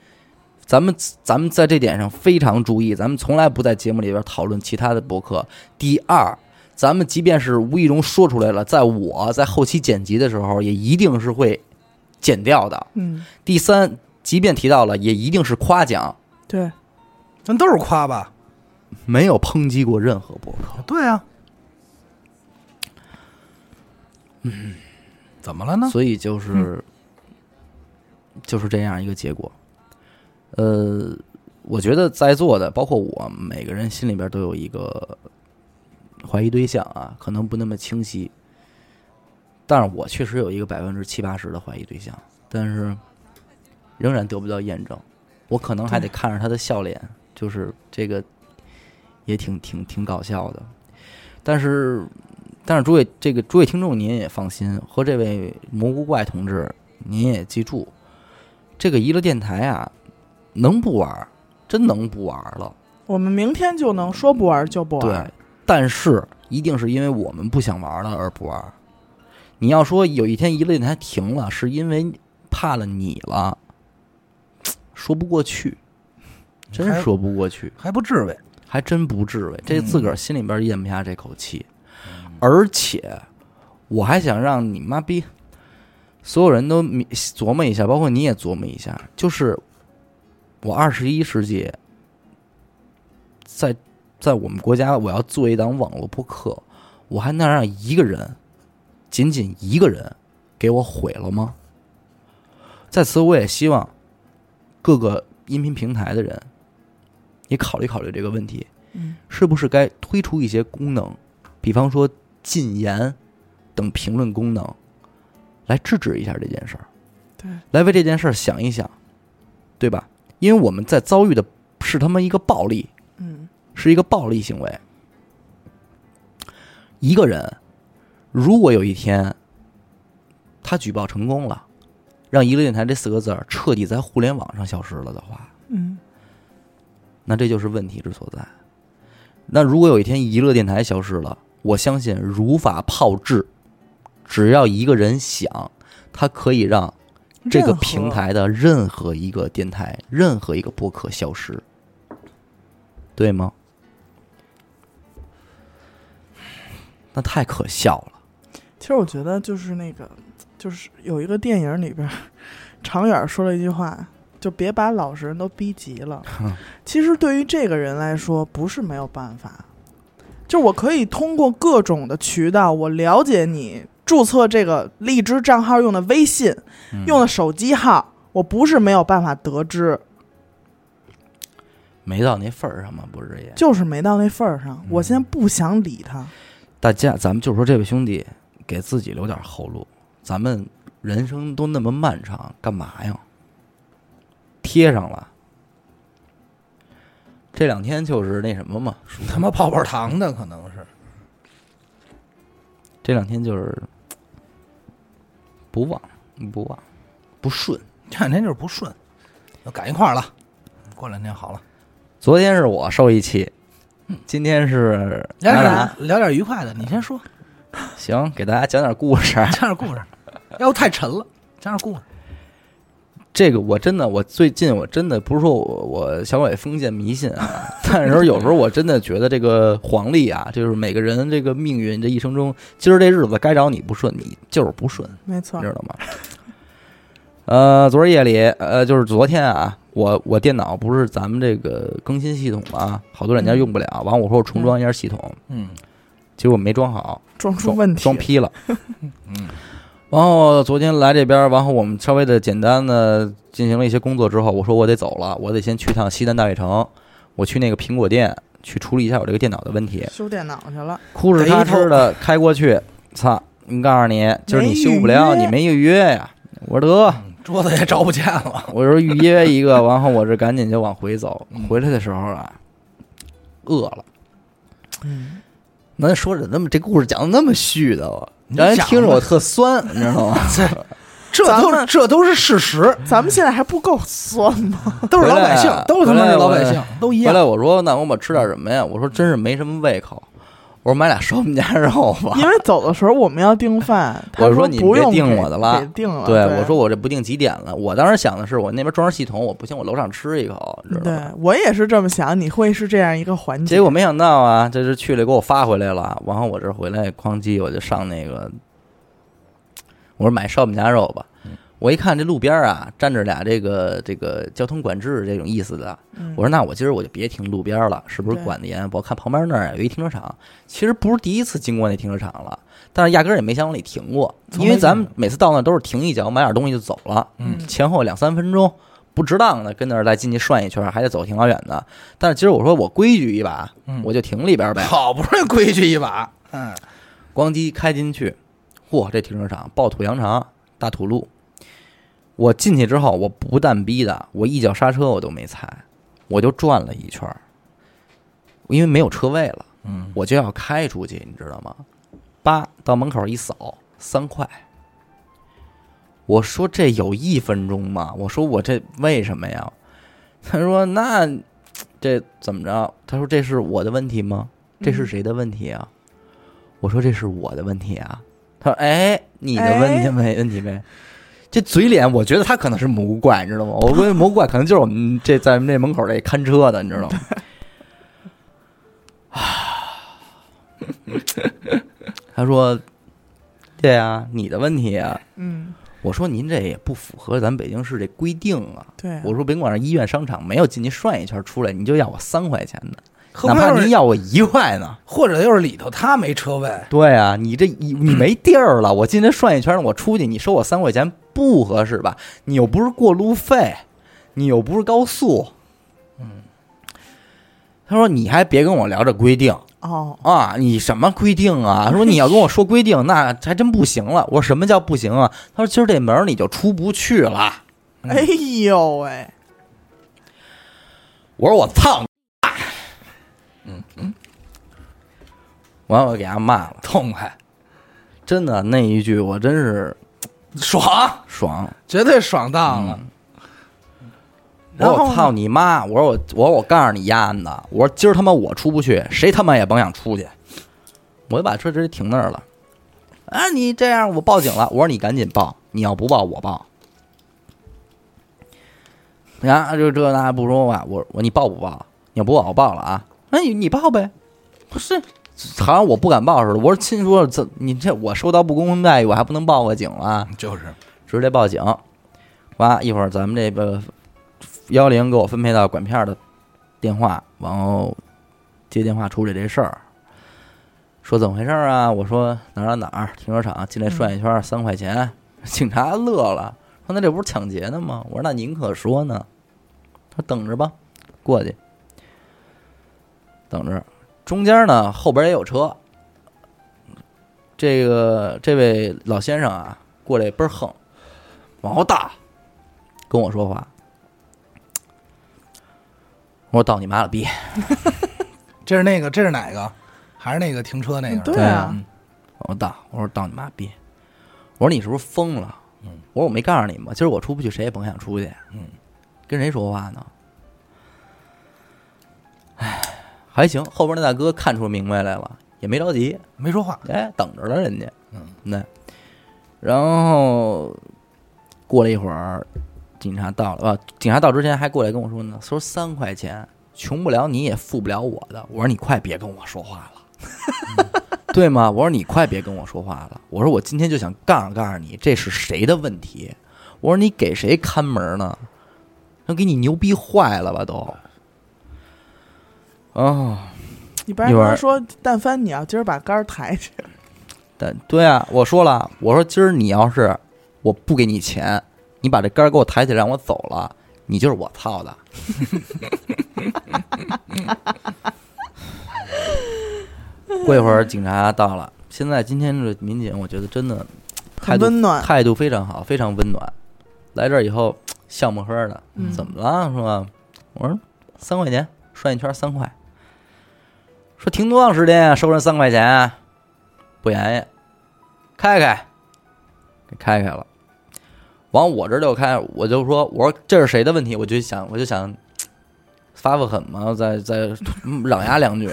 Speaker 1: 咱们咱们在这点上非常注意，咱们从来不在节目里边讨论其他的博客。第二，咱们即便是无意中说出来了，在我在后期剪辑的时候，也一定是会剪掉的。
Speaker 3: 嗯
Speaker 1: 第三，即便提到了，也一定是夸奖，
Speaker 3: 对，
Speaker 2: 咱都是夸吧？
Speaker 1: 没有抨击过任何博客。
Speaker 2: 对啊。嗯，怎么了呢？
Speaker 1: 所以就是、就是这样一个结果。呃，我觉得在座的，包括我，每个人心里边都有一个怀疑对象啊，可能不那么清晰，但是我确实有一个百分之七八十的怀疑对象，但是仍然得不到验证。我可能还得看着他的笑脸，就是这个也挺挺挺搞笑的。但是，但是诸位这个诸位听众您也放心，和这位蘑菇怪同志您也记住，这个娱乐电台啊，能不玩儿真能不玩儿了。
Speaker 3: 我们明天就能说不玩就不玩
Speaker 1: 对。，但是一定是因为我们不想玩了而不玩。你要说有一天一类台停了，是因为怕了你了，说不过去，真
Speaker 2: 还
Speaker 1: 说不过去，
Speaker 2: 还不至为，
Speaker 1: 还真不至为，这自个儿心里边咽不下这口气。而且，我还想让你妈逼所有人都明琢磨一下，包括你也琢磨一下，就是我二十一世纪，在在我们国家，我要做一档网络播客，我还能让一个人，仅仅一个人，给我毁了吗？在此，我也希望各个音频平台的人也考虑考虑这个问题，
Speaker 3: 嗯，
Speaker 1: 是不是该推出一些功能，比方说禁言等评论功能，来制止一下这件事儿，
Speaker 3: 对，
Speaker 1: 来为这件事儿想一想，对吧？因为我们在遭遇的是他妈一个暴力，
Speaker 3: 嗯，
Speaker 1: 是一个暴力行为。一个人如果有一天他举报成功了，让“一个电台”这四个字儿彻底在互联网上消失了的话，
Speaker 3: 嗯，
Speaker 1: 那这就是问题之所在。那如果有一天娱乐电台消失了，我相信如法炮制，只要一个人想，他可以让这个
Speaker 3: 任何
Speaker 1: 平，台的任何一个电台、任何一个播客消失，对吗？那太可笑了。
Speaker 3: 其实我觉得就是那个，就是有一个电影里边儿，常远说了一句话，就别把老实人都逼急 了。其实对于这个人来说，不是没有办法，就我可以通过各种的渠道，我了解你注册这个荔枝账号用的微信，
Speaker 1: 嗯
Speaker 3: 用的手机号，我不是没有办法得知，
Speaker 1: 没到那份儿上吗？不是也？
Speaker 3: 就是没到那份儿
Speaker 1: 嗯
Speaker 3: 上。我现在不想理他，
Speaker 1: 大家，咱们就说这位兄弟，给自己留点后路。咱们人生都那么漫长，干嘛呀？贴上了。这两天就是那什么嘛，
Speaker 2: 属他妈泡泡糖的可能是，
Speaker 1: 这两天就是不忘不忘不顺。
Speaker 2: 这两天就是不顺，要赶一块儿了，过两天好了，
Speaker 1: 昨天是我受一期，今天是
Speaker 2: 聊
Speaker 1: 安
Speaker 2: 点
Speaker 1: 澜
Speaker 2: 聊点愉快的，你先说，
Speaker 1: 行，给大家讲点故事。
Speaker 2: 讲点 故事，要不太沉了，讲点故事，
Speaker 1: 这个我真的，我最近我真的不是说我我小伟封建迷信啊， 但是有时候我真的觉得这个黄历啊，就是每个人这个命运这一生中，今儿这日子该找你不顺，你就是不顺，
Speaker 3: 没
Speaker 1: 你
Speaker 3: 错
Speaker 1: 知，道吗？呃，昨儿夜里，呃，就是昨天啊，我我电脑不是咱们这个更新系统啊，好多软件用不了，完我说我重装一下系统，
Speaker 2: 嗯
Speaker 1: 结果没装好，
Speaker 3: 装出
Speaker 1: 装
Speaker 3: 问题
Speaker 1: 装批 了。
Speaker 2: 嗯，
Speaker 1: 然后昨天来这边，然后我们稍微的简单的进行了一些工作之后，我说我得走了，我得先去趟西单大悦城，我去那个苹果店去处理一下我这个电脑的问题。哎
Speaker 3: 修电脑去了，
Speaker 1: 哭哧咔哧的开过去，操！你告诉你，今儿你修不了，
Speaker 3: 没预约
Speaker 1: 你没预约呀、我说得，
Speaker 2: 桌子也找不见了，
Speaker 1: 我说预约一个，然后我这赶紧就往回走
Speaker 2: 嗯。
Speaker 1: 回来的时候啊，饿了。
Speaker 3: 嗯，
Speaker 1: 那说着那么这故事讲的那么絮叨，
Speaker 2: 你
Speaker 1: 让人
Speaker 2: 讲
Speaker 1: 听着
Speaker 2: 吧
Speaker 1: 我特酸，你知道 吗？
Speaker 2: 这
Speaker 3: 咱
Speaker 2: 都
Speaker 3: 们
Speaker 2: 这都是事实，
Speaker 3: 咱们现在还不够酸吗？
Speaker 2: 都是老
Speaker 1: 回来
Speaker 2: 百姓，都是他妈
Speaker 1: 回来
Speaker 2: 是
Speaker 1: 我
Speaker 2: 老百姓，都一
Speaker 1: 回
Speaker 2: 样
Speaker 1: 来。我说那我们吃点什么呀？我说真是没什么胃口，我说买俩烧饼夹肉吧。
Speaker 3: 因为走的时候我们要 订饭，他
Speaker 1: 我说
Speaker 3: 说
Speaker 1: 你
Speaker 3: 不
Speaker 1: 别
Speaker 3: 用
Speaker 1: 订
Speaker 3: 给
Speaker 1: 我的了
Speaker 3: 给订了。
Speaker 1: 对
Speaker 3: 对，
Speaker 1: 我说我这不定几点了。我当时想的是，我那边装上系统，我不行，我楼上吃一口，你知道
Speaker 3: 对
Speaker 1: 吗？
Speaker 3: 我也是这么想，你会是这样一个环节。
Speaker 1: 结果没想到啊，这是去了给我发回来了，然后我这回来哐叽我就上那个，我说买烧饼夹肉吧。我一看这路边啊站着俩这个这个交通管制这种意思的，
Speaker 3: 嗯
Speaker 1: 我说那我今儿我就别停路边儿了，是不是
Speaker 3: 对
Speaker 1: 管得严？我看旁边那儿啊有一停车场，其实不是第一次经过那停车场了，但是压根儿也没想往里停过，
Speaker 2: 从
Speaker 1: 因为
Speaker 2: 没
Speaker 1: 咱
Speaker 2: 见
Speaker 1: 们每次到那儿都是停一脚买点东西就走了，
Speaker 2: 嗯
Speaker 1: 前后两三分钟，不值当的跟那儿再进去涮一圈，还得走挺老远的。但是今儿我说我规矩一把，
Speaker 2: 嗯
Speaker 1: 我就停里边儿呗，
Speaker 2: 好不容易规矩一把，嗯，
Speaker 1: 咣叽开进去，嚯，这停车场暴土扬长，大土路。我进去之后，我不但逼的，我一脚刹车我都没踩，我就转了一圈儿，因为没有车位了，
Speaker 2: 嗯，
Speaker 1: 我就要开出去，你知道吗？叭，到门口一扫，三块。我说这有一分钟吗？我说我这为什么呀？他说那这怎么着？他说这是我的问题吗？这是谁的问题啊？我说这是我的问题啊。他说：“哎，你的问题
Speaker 3: 哎
Speaker 1: 没问题呗。”这嘴脸，我觉得他可能是魔古怪，你知道吗？我估计魔古怪可能就是我们这在我们这门口这看车的，你知道吗？ 他说：“对啊，你的问题啊。
Speaker 3: 嗯，”
Speaker 1: 我说：“您这也不符合咱北京市这规定啊。”
Speaker 3: 对啊，
Speaker 1: 我说：“甭管是医院、商场，没有进去涮一圈出来，你就要我三块钱的，
Speaker 2: 何
Speaker 1: 哪
Speaker 2: 不
Speaker 1: 怕
Speaker 2: 要
Speaker 1: 您
Speaker 2: 是，
Speaker 1: 要我一块呢。”
Speaker 2: 或者就是里头他没车位，
Speaker 1: 对啊，你这你你没地儿了，我今天涮一圈，我出去你收我三块钱不合适吧？你又不是过路费，你又不是高速，嗯。他说：“你还别跟我聊这规定
Speaker 3: 哦，
Speaker 1: 啊！你什么规定啊？”他说：“你要跟我说规定，那还真不行了。”我说：“什么叫不行啊？”他说：“今儿这门儿你就出不去了。”
Speaker 3: 哎呦喂，
Speaker 1: 我说我操你妈！嗯嗯，完我给他骂了，
Speaker 2: 痛快
Speaker 1: 真的那一句我真是
Speaker 2: 爽，嗯
Speaker 1: 爽，
Speaker 2: 绝对爽当了。
Speaker 1: 我说
Speaker 3: 然后
Speaker 1: 我
Speaker 3: 呢
Speaker 1: 操你妈！我说我我说我告诉你丫的！我说今儿他妈我出不去，谁他妈也甭想出去！我就把车直接停那儿了。啊，你这样我报警了！我说你赶紧报，你要不报我报。然后就啊这那不说话，我我你报不报？你要不报我报了啊！那、你你报呗，不是好像我不敢报似的。我说亲说这你这我受到不公平待遇，我还不能报个警啊？
Speaker 2: 就是
Speaker 1: 直接报警。哇，一会儿咱们这个幺零给我分配到管片儿的电话，然后接电话处理这事儿。说怎么回事儿啊？我说哪儿哪儿哪儿停车场进来涮一圈儿三块钱，警察乐了，说那这不是抢劫呢吗？我说那您可说呢。他说等着吧，过去等着。中间呢后边也有车，这个这位老先生啊过来倍儿横，往后大跟我说话，我说到你妈了逼！
Speaker 2: 这是那个，这是哪个？还是那个停车那
Speaker 1: 嗯
Speaker 2: 个？
Speaker 3: 对啊，
Speaker 1: 我大，我说到你妈逼！我说你是不是疯了？我说我没告诉你吗？今儿我出不去，谁也甭想出去。嗯，跟谁说话呢？唉，还行，后边那大哥看出明白来了，也没着急，
Speaker 2: 没说话。
Speaker 1: 哎，等着了人家。嗯，那然后过了一会儿，警察到了啊，警察到之前还过来跟我说呢，说三块钱穷不了你也付不了我的。我说你快别跟我说话了。 对吗？我说你快别跟我说话了。我说我今天就想告诉告诉你，这是谁的问题？我说你给谁看门呢？都给你牛逼坏了吧都！哦，
Speaker 3: 你不然
Speaker 1: 一会儿
Speaker 3: 跟他说，但凡你要今儿把杆儿抬起来，
Speaker 1: 但对啊，我说了，我说今儿你要是我不给你钱，你把这杆儿给我抬起来让我走了，你就是我操的。过一会儿警察到了，现在今天这民警，我觉得真的态
Speaker 3: 很
Speaker 1: 度
Speaker 3: 温暖。
Speaker 1: 态度非常好，非常温暖。来这儿以后笑呵呵的，
Speaker 3: 嗯
Speaker 1: 怎么了是吧？我说三块钱涮一圈三块，说停多长时间啊？收人三块钱啊，不便宜，开开，给开开了。往我这儿就开，我就说，我说这是谁的问题？我就想，我就想发发狠嘛，再 再嚷牙两句。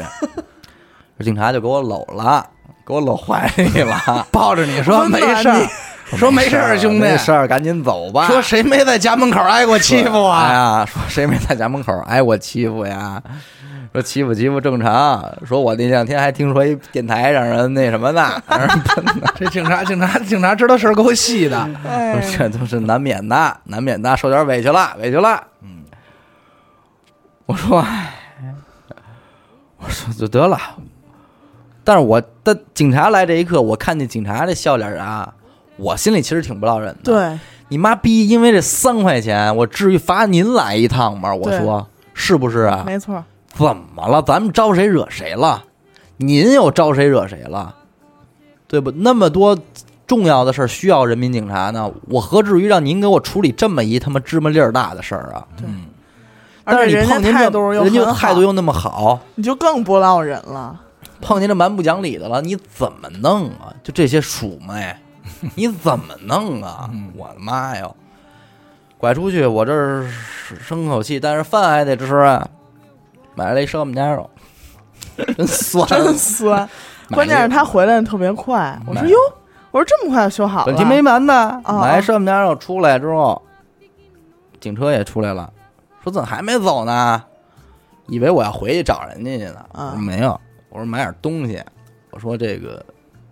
Speaker 1: 这警察就给我搂了，给我搂怀里了。
Speaker 2: 抱着你说
Speaker 3: 温
Speaker 2: 没
Speaker 3: 暖
Speaker 2: 事儿， 说没事儿，兄弟，
Speaker 1: 没事儿，赶紧走吧。
Speaker 2: 说谁没在家门口挨过欺负
Speaker 1: 哎
Speaker 2: 啊？
Speaker 1: 呀，说谁没在家门口挨我欺负呀？说欺负欺负正常。说我那两天还听说一电台让人那什么呢，
Speaker 2: 哎
Speaker 1: 让人喷呢
Speaker 2: 这警察，警察，警察知道事儿够细的。
Speaker 1: 嗯
Speaker 3: 哎，
Speaker 1: 这都是难免的，难免的，受点委屈了，委屈了。嗯，我说，哎，我说就得了。但是我的警察来这一刻，我看见警察这笑脸啊，我心里其实挺不落忍的。
Speaker 3: 对，
Speaker 1: 你妈逼！因为这三块钱，我至于罚您来一趟吗？我说是不是啊？
Speaker 3: 没错儿，
Speaker 1: 怎么了？咱们招谁惹谁了？您又招谁惹谁了？对不？那么多重要的事儿需要人民警察呢，我何至于让您给我处理这么一他妈芝麻粒儿大的事儿啊？
Speaker 2: 嗯，
Speaker 1: 但是
Speaker 3: 而且
Speaker 1: 你
Speaker 3: 人
Speaker 1: 碰
Speaker 3: 家
Speaker 1: 您
Speaker 3: 态
Speaker 1: 这，
Speaker 3: 度又
Speaker 1: 人家
Speaker 3: 很好
Speaker 1: 态度又那么好，
Speaker 3: 你就更不落人了。
Speaker 1: 碰见这蛮不讲理的了，你怎么弄啊？就这些鼠妹，你怎么弄啊
Speaker 2: 嗯？
Speaker 1: 我的妈哟！拐出去，我这儿生口气，但是饭还得吃啊。买了一烧饼夹肉， 真酸。啊
Speaker 3: 真酸。
Speaker 1: 买
Speaker 3: 关键
Speaker 1: 了
Speaker 3: 是
Speaker 1: 一
Speaker 3: 他回来得特别快，我
Speaker 1: 买
Speaker 3: 说哟，我说这么快就修好了，
Speaker 1: 本提没完呢，
Speaker 3: 哦
Speaker 1: 买烧饼夹肉出来之后，警车也出来了，说怎么还没走呢？以为我要回去找人家去呢。
Speaker 3: 啊
Speaker 1: 我说没有，我说买点东西。我说这个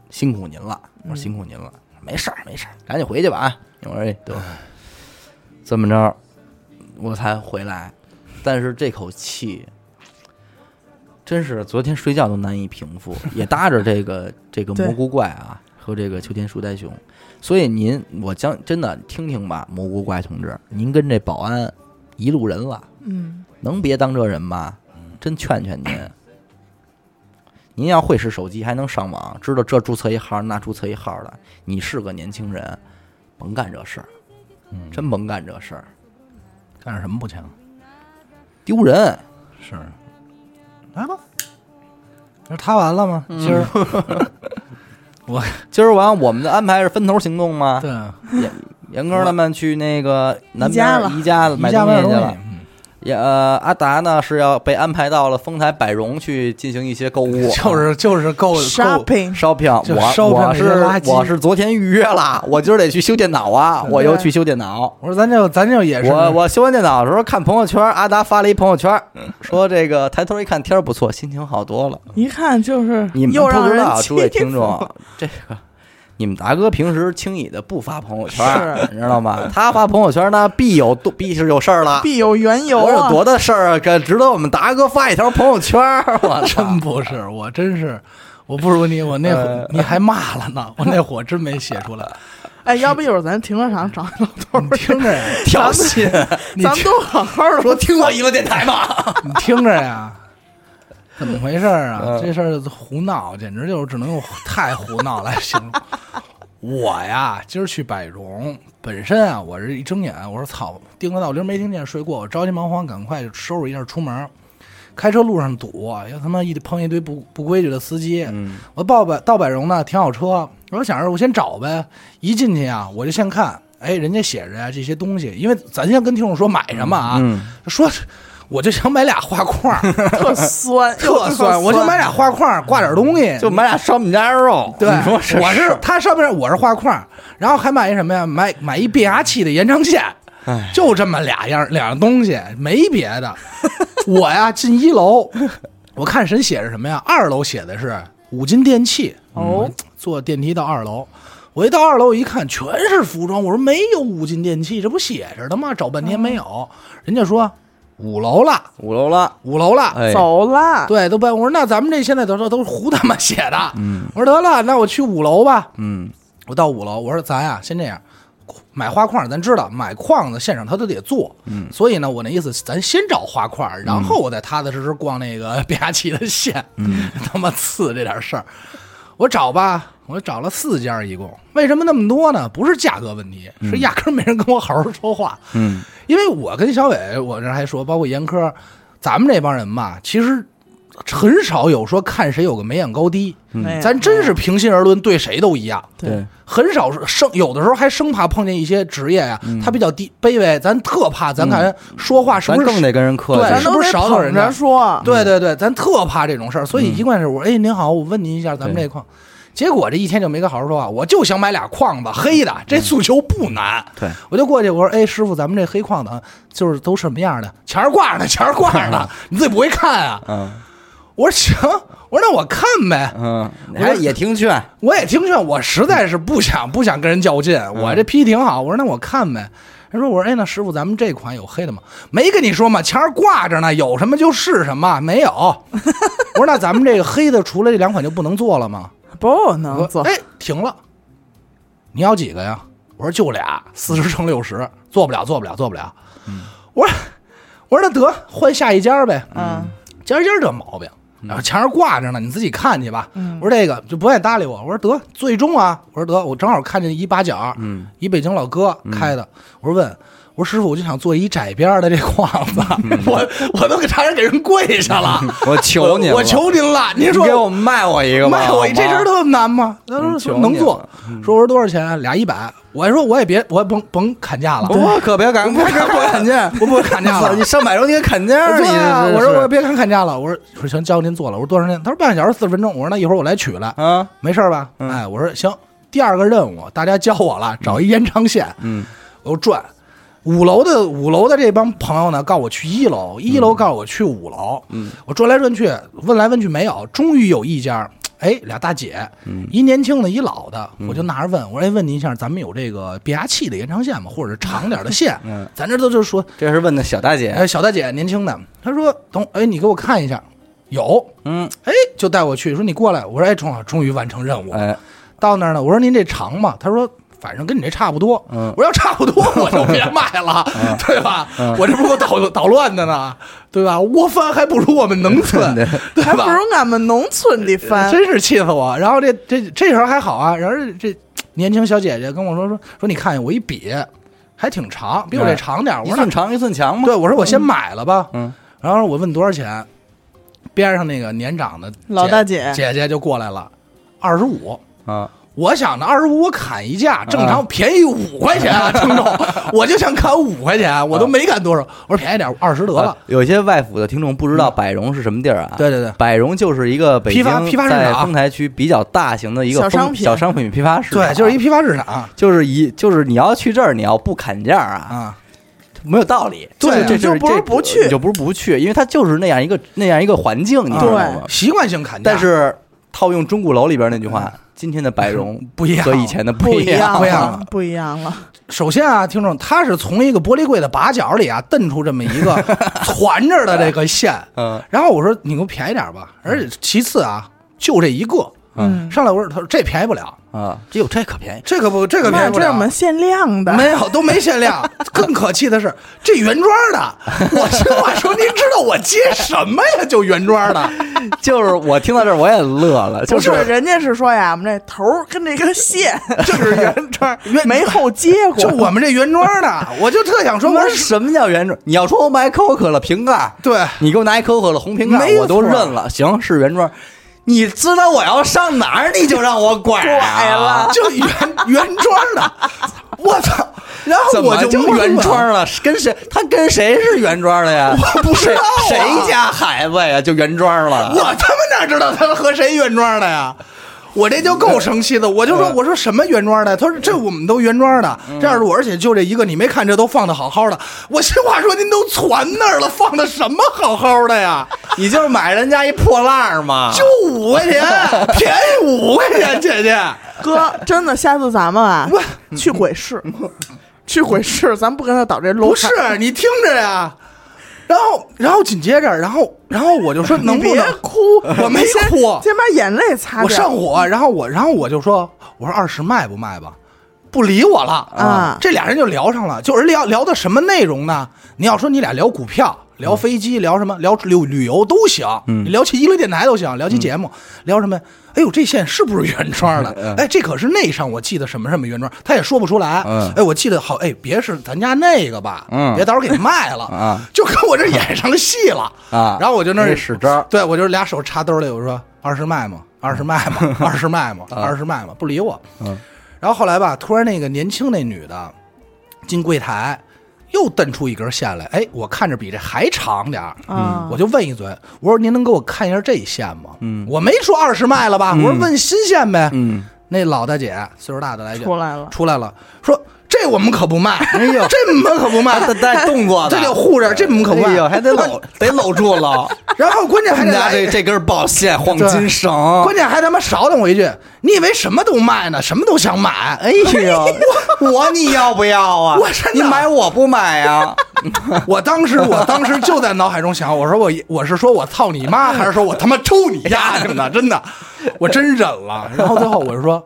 Speaker 1: 辛苦您了，我说
Speaker 3: 嗯
Speaker 1: 辛苦您了，没事儿没事儿，赶紧回去吧啊！我说哎得，这么着我才回来，但是这口气。真是昨天睡觉都难以平复，也搭着这 个这个
Speaker 3: 对
Speaker 1: 蘑菇怪啊和这个秋天树袋熊，所以您我将真的听听吧，蘑菇怪同志，您跟这保安一路人了，
Speaker 3: 嗯，
Speaker 1: 能别当这人吗？真劝劝您，您要会使手机，还能上网，知道这注册一号那注册一号的，你是个年轻人，甭干这事儿，
Speaker 2: 嗯
Speaker 1: 真甭干这事儿，
Speaker 2: 干点什么不强？
Speaker 1: 丢人。
Speaker 2: 是，来吧。那他完了吗？
Speaker 1: 嗯
Speaker 2: 今儿、
Speaker 1: 今儿晚我们的安排是分头行动吗？
Speaker 2: 对，
Speaker 1: 严哥他们去那个南边
Speaker 3: 宜家
Speaker 1: 儿
Speaker 3: 了
Speaker 1: 宜家买
Speaker 2: 宜家买
Speaker 1: 去
Speaker 2: 东西嗯
Speaker 1: 了。，也呃，阿达呢是要被安排到了丰台百荣去进行一些购物啊
Speaker 2: 嗯，就是就是够够
Speaker 3: shopping
Speaker 1: 烧票。
Speaker 2: 就
Speaker 1: 我
Speaker 2: shopping
Speaker 1: 我
Speaker 2: 那些垃
Speaker 1: 是
Speaker 2: 圾
Speaker 1: 我是昨天预约了，我今儿得去修电脑啊，我又去修电脑。
Speaker 2: 我说咱就咱就也是，
Speaker 1: 我我修完电脑的时候看朋友圈，阿达发了一朋友圈，
Speaker 2: 嗯
Speaker 1: 说这个抬头一看天儿不错，心情好多了。
Speaker 3: 一看就是
Speaker 1: 你们
Speaker 3: 又让
Speaker 1: 不知
Speaker 3: 人
Speaker 1: 道，
Speaker 3: 欺
Speaker 1: 啊诸位听
Speaker 3: 负
Speaker 1: 众，这个你们达哥平时轻易的不发朋友圈
Speaker 3: 是，
Speaker 1: 你知道吗？他发朋友圈呢，必有多必是有事儿了，
Speaker 3: 必有缘由
Speaker 1: 我有
Speaker 3: 啊。
Speaker 1: 多大事儿啊？可值得我们达哥发一条朋友圈儿？我操
Speaker 2: 真！不是，我真是，我不如你，我那会、
Speaker 1: 呃
Speaker 2: 你还骂了呢，我那火真没写出 来。
Speaker 3: 哎，要不一会儿咱停车场找一老头
Speaker 2: 你
Speaker 3: 儿，
Speaker 2: 听着呀，
Speaker 1: 挑衅，
Speaker 2: 你
Speaker 3: 咱们
Speaker 2: 听
Speaker 3: 都好好 的
Speaker 1: 说听过娱乐电台吗？
Speaker 2: 你听着呀，怎么回事儿啊？
Speaker 1: 嗯
Speaker 2: 这事儿胡闹，简直就是只能用太胡闹来形容。我呀，今儿去百荣，本身啊，我这一睁眼，我说操，定个闹铃没听见，睡过，我着急忙慌，赶快就收拾一下出门。开车路上堵，又他妈一碰一堆不不规矩的司机。
Speaker 1: 嗯
Speaker 2: 我到百到百荣呢，停好车，我想着我先找呗。一进去啊，我就先看，哎，人家写着呀、这些东西，因为咱先跟听众说买什么啊，
Speaker 1: 嗯，
Speaker 2: 说我就想买俩画 框，
Speaker 3: 特酸，又
Speaker 2: 特酸，我就买俩画框，挂点东西。
Speaker 1: 就买俩烧饼夹肉。
Speaker 2: 对，
Speaker 1: 你说是
Speaker 2: 我是它上面我是画框，然后还买一什么呀？买买一变压器的延长线
Speaker 1: 哎，
Speaker 2: 就这么俩样两样东西，没别的。我呀进一楼，我看谁写着什么呀？二楼写的是五金电器，嗯
Speaker 3: 哦，
Speaker 2: 坐电梯到二楼。我一到二楼一看，全是服装。我说没有五金电器，这不写着的吗？找半天
Speaker 1: 嗯
Speaker 2: 没有，人家说五楼了，
Speaker 1: 五楼了，
Speaker 2: 五楼了。
Speaker 1: 哎，
Speaker 3: 走了，
Speaker 2: 对，都被我说那咱们这现在都说都是胡他妈写的。
Speaker 1: 嗯
Speaker 2: 我说得了，那我去五楼吧。
Speaker 1: 嗯
Speaker 2: 我到五楼，我说咱呀先这样，买花框，咱知道买框子现场他都得做，
Speaker 1: 嗯
Speaker 2: 所以呢，我那意思咱先找花框，然后我再踏踏实实逛那个 变压器的线，
Speaker 1: 嗯，
Speaker 2: 他妈次这点事儿，我找吧。我找了四家，一共为什么那么多呢？不是价格问题，是压根儿没人跟我好好说话。
Speaker 1: 嗯
Speaker 2: 因为我跟小伟，我这还说，包括严科，咱们这帮人吧，其实很少有说看谁有个眉眼高低，
Speaker 1: 嗯
Speaker 3: 没有
Speaker 2: 嗯咱真是平心而论，对谁都一样。
Speaker 1: 对，
Speaker 2: 很少是生，有的时候还生怕碰见一些职业呀、
Speaker 1: 嗯
Speaker 2: 他比较低卑微，咱特怕，咱看人说话是
Speaker 1: 咱
Speaker 2: 不
Speaker 1: 更
Speaker 2: 是？
Speaker 1: 得跟人客
Speaker 2: 对
Speaker 1: 气
Speaker 3: 咱。
Speaker 2: 是
Speaker 3: 都
Speaker 2: 不是
Speaker 3: 得
Speaker 2: 少有人
Speaker 3: 捧
Speaker 2: 家
Speaker 3: 着说，
Speaker 2: 对对对，咱特怕这种事儿，所以一贯是我，哎，您好，我问您一下，咱们
Speaker 1: 嗯对
Speaker 2: 这矿，结果这一天就没个好好说话，我就想买俩框子黑的，这诉求不难，
Speaker 1: 嗯对，
Speaker 2: 我就过去，我说：“哎，师傅，咱们这黑框子啊就是都什么样的？前儿挂着呢，前儿挂着呢，你自己不会看啊
Speaker 1: 嗯？”
Speaker 2: 我说：“行。”我说：“那我看呗。
Speaker 1: 嗯，你还也听劝，”
Speaker 2: 我也听劝，我实在是不想不想跟人较劲，我这批挺好。我说：“那我看呗。”他说：“我说，哎，那师傅，咱们这款有黑的吗？没跟你说吗？前儿挂着呢，有什么就是什么，没有。”我说：“那咱们这个黑的，除了这两款就不能做了吗？”
Speaker 3: 不
Speaker 2: 我
Speaker 3: 能做，
Speaker 2: 哎，停了，你要几个呀？我说就俩，四十乘六十，做不了，做不了，做不了。
Speaker 1: 嗯
Speaker 2: 我说，我说那得换下一家呗。
Speaker 3: 嗯，
Speaker 2: 今儿今儿这毛病，
Speaker 1: 嗯
Speaker 2: 然后墙上挂着呢，你自己看去吧。
Speaker 3: 嗯
Speaker 2: 我说这个就不爱搭理我，我说得最终啊，我说得我正好看见一八角，
Speaker 1: 嗯，
Speaker 2: 一北京老哥开的，我说问。我说师傅，我就想做一窄边儿的这框子， 我我都给差点给人跪下了，
Speaker 1: 我嗯 求你，
Speaker 2: 我求您了，您
Speaker 1: 您
Speaker 2: 说
Speaker 1: 给我卖我一个吧，
Speaker 2: 卖我一这事
Speaker 1: 事
Speaker 2: 儿特难吗？他
Speaker 1: 嗯
Speaker 2: 说
Speaker 1: 求
Speaker 2: 能
Speaker 1: 你
Speaker 2: 做
Speaker 1: 了，
Speaker 2: 说我说多少钱？啊俩一百。我还说我也别，我也甭甭砍价了，
Speaker 1: 我哦可别敢，
Speaker 2: 我不敢
Speaker 1: 敢砍价，
Speaker 2: 我不会砍价了。
Speaker 1: 你上百周年砍价，
Speaker 2: 对啊，
Speaker 1: 你
Speaker 2: 我
Speaker 1: 这
Speaker 2: 说
Speaker 1: 是
Speaker 2: 我别砍砍价了，我说我说行，交给您做了。我说多长时间？他说半个小时四十分钟。我说那一会儿我来取来，
Speaker 1: 啊，
Speaker 2: 没事儿吧？
Speaker 1: 嗯
Speaker 2: 哎，我说行。第二个任务，大家教我了，找一延长线，
Speaker 1: 嗯
Speaker 2: 我又转。五楼的五楼的这帮朋友呢，告我去一楼，一楼告我去五楼，
Speaker 1: 嗯
Speaker 2: 我转来转去，问来问去没有，终于有一家，哎，俩大姐，
Speaker 1: 嗯？
Speaker 2: 一年轻的，一老的，我就拿着问，我说，哎，问您一下，咱们有这个变压器的延长线吗？或者是长点的线
Speaker 1: 嗯，
Speaker 2: 咱这都就是说，
Speaker 1: 这是问的小大姐，
Speaker 2: 哎，小大姐，年轻的，她说，等，哎，你给我看一下，有，
Speaker 1: 嗯，
Speaker 2: 哎，就带我去，说你过来，我说，哎，终终于完成任务，
Speaker 1: 哎，
Speaker 2: 到那儿呢，我说您这长吗？她说。反正跟你这差不多，
Speaker 1: 嗯，
Speaker 2: 我说要差不多我就别卖了，对吧？我这不是给我捣捣乱的呢，对吧？窝翻还不如我们农村
Speaker 1: 对
Speaker 2: 嗯对
Speaker 3: 还
Speaker 2: 吧？呃
Speaker 3: 不如俺们农村里翻。
Speaker 2: 真是气死我。然后这这这时候还好啊，然后这这年轻小姐姐跟我说说说，你看我一比还挺长，比我这长点儿。
Speaker 1: 一
Speaker 2: 我说
Speaker 1: 寸长一寸强
Speaker 2: 那
Speaker 1: 嘛，
Speaker 2: 对，我说我先买了吧。
Speaker 1: 嗯
Speaker 2: 然后我问多少钱，边上那个年长的姐
Speaker 3: 老大姐
Speaker 2: 姐姐就过来了，二十五。
Speaker 1: 啊，
Speaker 2: 我想着二十五我砍一价，正常便宜五块钱啊，听众，我就想砍五块钱，啊我都没砍多少，我说便宜点二十得了嗯
Speaker 1: 啊。有些外府的听众不知道百荣是什么地儿啊？
Speaker 2: 对对对
Speaker 1: 百荣就是一个北京
Speaker 2: 批发批发市场啊
Speaker 1: 在丰台区比较大型的一个
Speaker 3: 小商
Speaker 1: 丰
Speaker 3: 品
Speaker 1: 小商品批发市场，
Speaker 2: 对，就是一批发市啊场
Speaker 1: 就是一就是你要去这儿，你要不砍价啊，
Speaker 2: 啊，
Speaker 1: 没有道理。
Speaker 2: 对
Speaker 1: 这
Speaker 3: 你就
Speaker 1: 这
Speaker 3: 不如
Speaker 1: 这
Speaker 3: 不去
Speaker 1: 你就不是不去，因为它就是那样一个那样一个环境，你知道吗？
Speaker 2: 习惯性砍价。
Speaker 1: 啊但是套用钟鼓楼里边那句话，今天的百荣
Speaker 2: 嗯 不一样
Speaker 1: 和以前的
Speaker 3: 不
Speaker 1: 一
Speaker 3: 样
Speaker 2: 不一样
Speaker 3: 了
Speaker 2: 了，
Speaker 3: 不一样了。
Speaker 2: 首先啊，听众，他是从一个玻璃柜的把角里啊蹬出这么一个攒着的这个线，
Speaker 1: 嗯
Speaker 2: 然后我说你给我便宜点吧，而且其次啊，就这一个，
Speaker 1: 嗯
Speaker 3: 嗯，
Speaker 2: 上来我说他说这便宜不了，
Speaker 1: 啊，哟，这可便宜，
Speaker 2: 这可不这个便
Speaker 3: 那
Speaker 2: 宜不
Speaker 3: 这
Speaker 2: 了
Speaker 3: 我，们限量的，
Speaker 2: 没有都没限 量。更可气的是这原装的，我心话说您知道我接什么呀？就原装的，
Speaker 1: 就是我听到这儿我也乐了，就
Speaker 3: 不是
Speaker 1: 是
Speaker 3: 人家是说呀，我们这头儿跟这 个线
Speaker 2: 就是原装，
Speaker 3: 没后接过，
Speaker 2: 就我们这原装的，我就特想说，我
Speaker 1: 那
Speaker 2: 说
Speaker 1: 什么叫原装？你要说我买可口可乐瓶盖儿，
Speaker 2: 对。
Speaker 1: 你给我拿一可口可乐红瓶盖
Speaker 2: 没
Speaker 1: 儿，
Speaker 2: 错
Speaker 1: 我都认了，行是原装。你知道我要上哪儿，你就让我拐、啊、
Speaker 3: 拐了
Speaker 2: 就原原装的，我操！然后
Speaker 1: 怎
Speaker 2: 我
Speaker 1: 么
Speaker 2: 就
Speaker 1: 就
Speaker 2: 懵
Speaker 1: 原
Speaker 2: 了
Speaker 1: 装了？跟谁？他跟谁是原装的呀？
Speaker 2: 我不知道啊
Speaker 1: 谁谁家孩子呀？就原装了。
Speaker 2: 我他妈哪知道他和谁原装的呀？我这就够生气的，我就说我说什么原装的？他说这我们都原装的，这样的我而且就这一个，你没看这都放的好好的。我心话说您都攒那儿了，放的什么好好的呀？
Speaker 1: 你就是买人家一破烂儿嘛。
Speaker 2: 就五块钱，便宜五块钱，姐姐。
Speaker 3: 哥，真的，下次咱们啊
Speaker 2: 我，嗯
Speaker 3: 去鬼市，去鬼市，咱不跟他捣这路。
Speaker 2: 不是，你听着呀。然后，然后紧接着，然后，然后我就 说能不
Speaker 3: 别
Speaker 2: 能
Speaker 3: 哭，
Speaker 2: 我没
Speaker 3: 先
Speaker 2: 哭，
Speaker 3: 先把眼泪擦
Speaker 2: 我
Speaker 3: 掉。
Speaker 2: 上火，
Speaker 1: 嗯
Speaker 2: 然后我，然后我就说，我说二十卖不卖吧？不理我了
Speaker 3: 啊
Speaker 2: 这俩人就聊上了，就是聊聊的什么内容呢？你要说你俩聊股票、聊
Speaker 1: 嗯
Speaker 2: 飞机、聊什么、聊旅旅游都行，你聊起一乐电台都行，聊
Speaker 1: 嗯
Speaker 2: 起节目，聊什么呀？哎呦，这线是不是原
Speaker 1: 嗯
Speaker 2: 装的？哎，这可是内上，我记得什么什么原装，他也说不出来。
Speaker 1: 嗯
Speaker 2: 哎，我记得好，哎，别是咱家那个吧，
Speaker 1: 嗯
Speaker 2: 别到时候给卖了
Speaker 1: 啊，
Speaker 2: 就跟我这演上戏了
Speaker 1: 啊
Speaker 2: 然后我就那
Speaker 1: 这
Speaker 2: 儿
Speaker 1: 使招儿
Speaker 2: 对我就是俩手插兜里，我说二十卖吗？二十卖吗？二十 卖吗？二十卖吗？不理我。
Speaker 1: 啊嗯
Speaker 2: 然后后来吧，突然那个年轻那女的进柜台，又蹬出一根线来，哎，我看着比这还长点儿。
Speaker 3: 啊，
Speaker 2: 我就问一嘴，我说您能给我看一下这线吗？
Speaker 1: 嗯
Speaker 2: 我没说二十卖了吧，我说问新线呗。
Speaker 1: 嗯，
Speaker 2: 那老大姐岁数大的来一句
Speaker 3: 出来了，
Speaker 2: 出来了，说这我们可不卖，哎呦，这我们可不卖，
Speaker 1: 还得带动作的，
Speaker 2: 这得护着，这我们可不卖
Speaker 1: 哎。呦，还得搂， 得搂住了。
Speaker 2: 然后关键
Speaker 1: 他
Speaker 2: 还
Speaker 1: 们
Speaker 2: 得
Speaker 1: 家
Speaker 2: 来一
Speaker 1: 这这根爆线黄金绳，
Speaker 2: 关键还他妈勺弄我一句，你以为什么都卖呢？什么都想买？
Speaker 1: 哎 呦，我你要不要啊？
Speaker 2: 我真的
Speaker 1: 你买我不买 啊？
Speaker 2: 我当时，我当时就在脑海中想，我说我我是说我操你妈，还是说我他妈抽你丫什 么的？真的，我真忍了。然后最后我就说，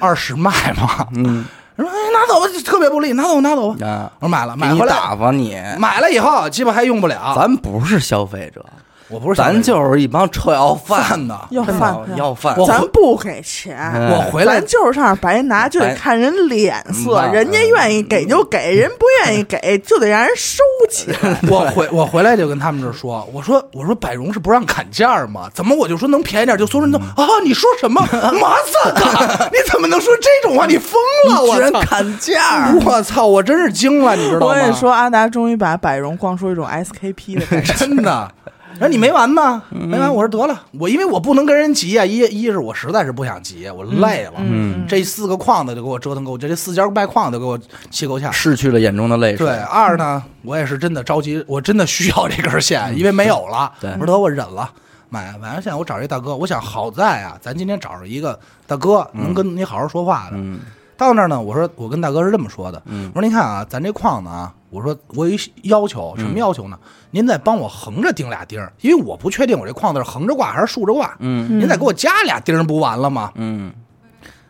Speaker 2: 二十卖 吗？嗯，人说哎拿走吧，就特别不利，拿走拿走吧。
Speaker 1: 啊
Speaker 2: 我说买了，
Speaker 1: 给
Speaker 2: 买
Speaker 1: 你
Speaker 2: 回来
Speaker 1: 打发你，
Speaker 2: 买了以后，鸡巴还用不了。
Speaker 1: 咱不是消费者，
Speaker 2: 我不是想
Speaker 1: 咱就是一帮臭要饭的，
Speaker 3: 要
Speaker 2: 真的
Speaker 3: 饭的
Speaker 1: 要饭。
Speaker 2: 我
Speaker 3: 咱
Speaker 2: 回
Speaker 3: 不给钱，
Speaker 2: 哎我回来哎
Speaker 3: 咱就是上那儿白拿，就得
Speaker 1: 白
Speaker 3: 看人脸色
Speaker 1: 嗯，
Speaker 3: 人家愿意给就给，人不愿意给就得让人收 起来。
Speaker 2: 我回我回来就跟他们这说，我说我说百荣是不让砍价吗？怎么我就说能便宜点就说人都
Speaker 1: 嗯
Speaker 2: 啊？你说 什么麻子的？你怎么能说这种话？你疯了！
Speaker 1: 居
Speaker 2: 我
Speaker 1: 然
Speaker 2: 操！
Speaker 1: 砍价儿，
Speaker 2: 我操！我真是惊了，你知道吗？
Speaker 3: 我跟你，说，阿达终于把百荣逛出一种 SKP 的感觉。
Speaker 2: 真的。然后你没完吗？
Speaker 1: 嗯
Speaker 2: 没完！我说得了，我因为我不能跟人急啊，一一是我实在是不想急，我累了。
Speaker 1: 嗯
Speaker 2: 这四个框子就给我折腾够，这这四家卖框子都给我气够呛。
Speaker 1: 逝去了眼中的泪水
Speaker 2: 对，。啊二呢，我也是真的着急，我真的需要这根线，因为没有了。
Speaker 1: 嗯对
Speaker 2: 我说得我忍了，买完线我找一大哥，我想好在啊，咱今天找着一个大哥能跟你好好说话的。
Speaker 1: 嗯
Speaker 2: 到那儿呢，我说我跟大哥是这么说的，
Speaker 1: 嗯
Speaker 2: 我说您看啊，咱这框子啊，我说我有一要求，什么要求呢？
Speaker 1: 嗯
Speaker 2: 您再帮我横着钉俩钉儿，因为我不确定我这框子是横着挂还是竖着挂，
Speaker 1: 嗯
Speaker 2: 您再给我加俩钉儿不完了吗？
Speaker 1: 嗯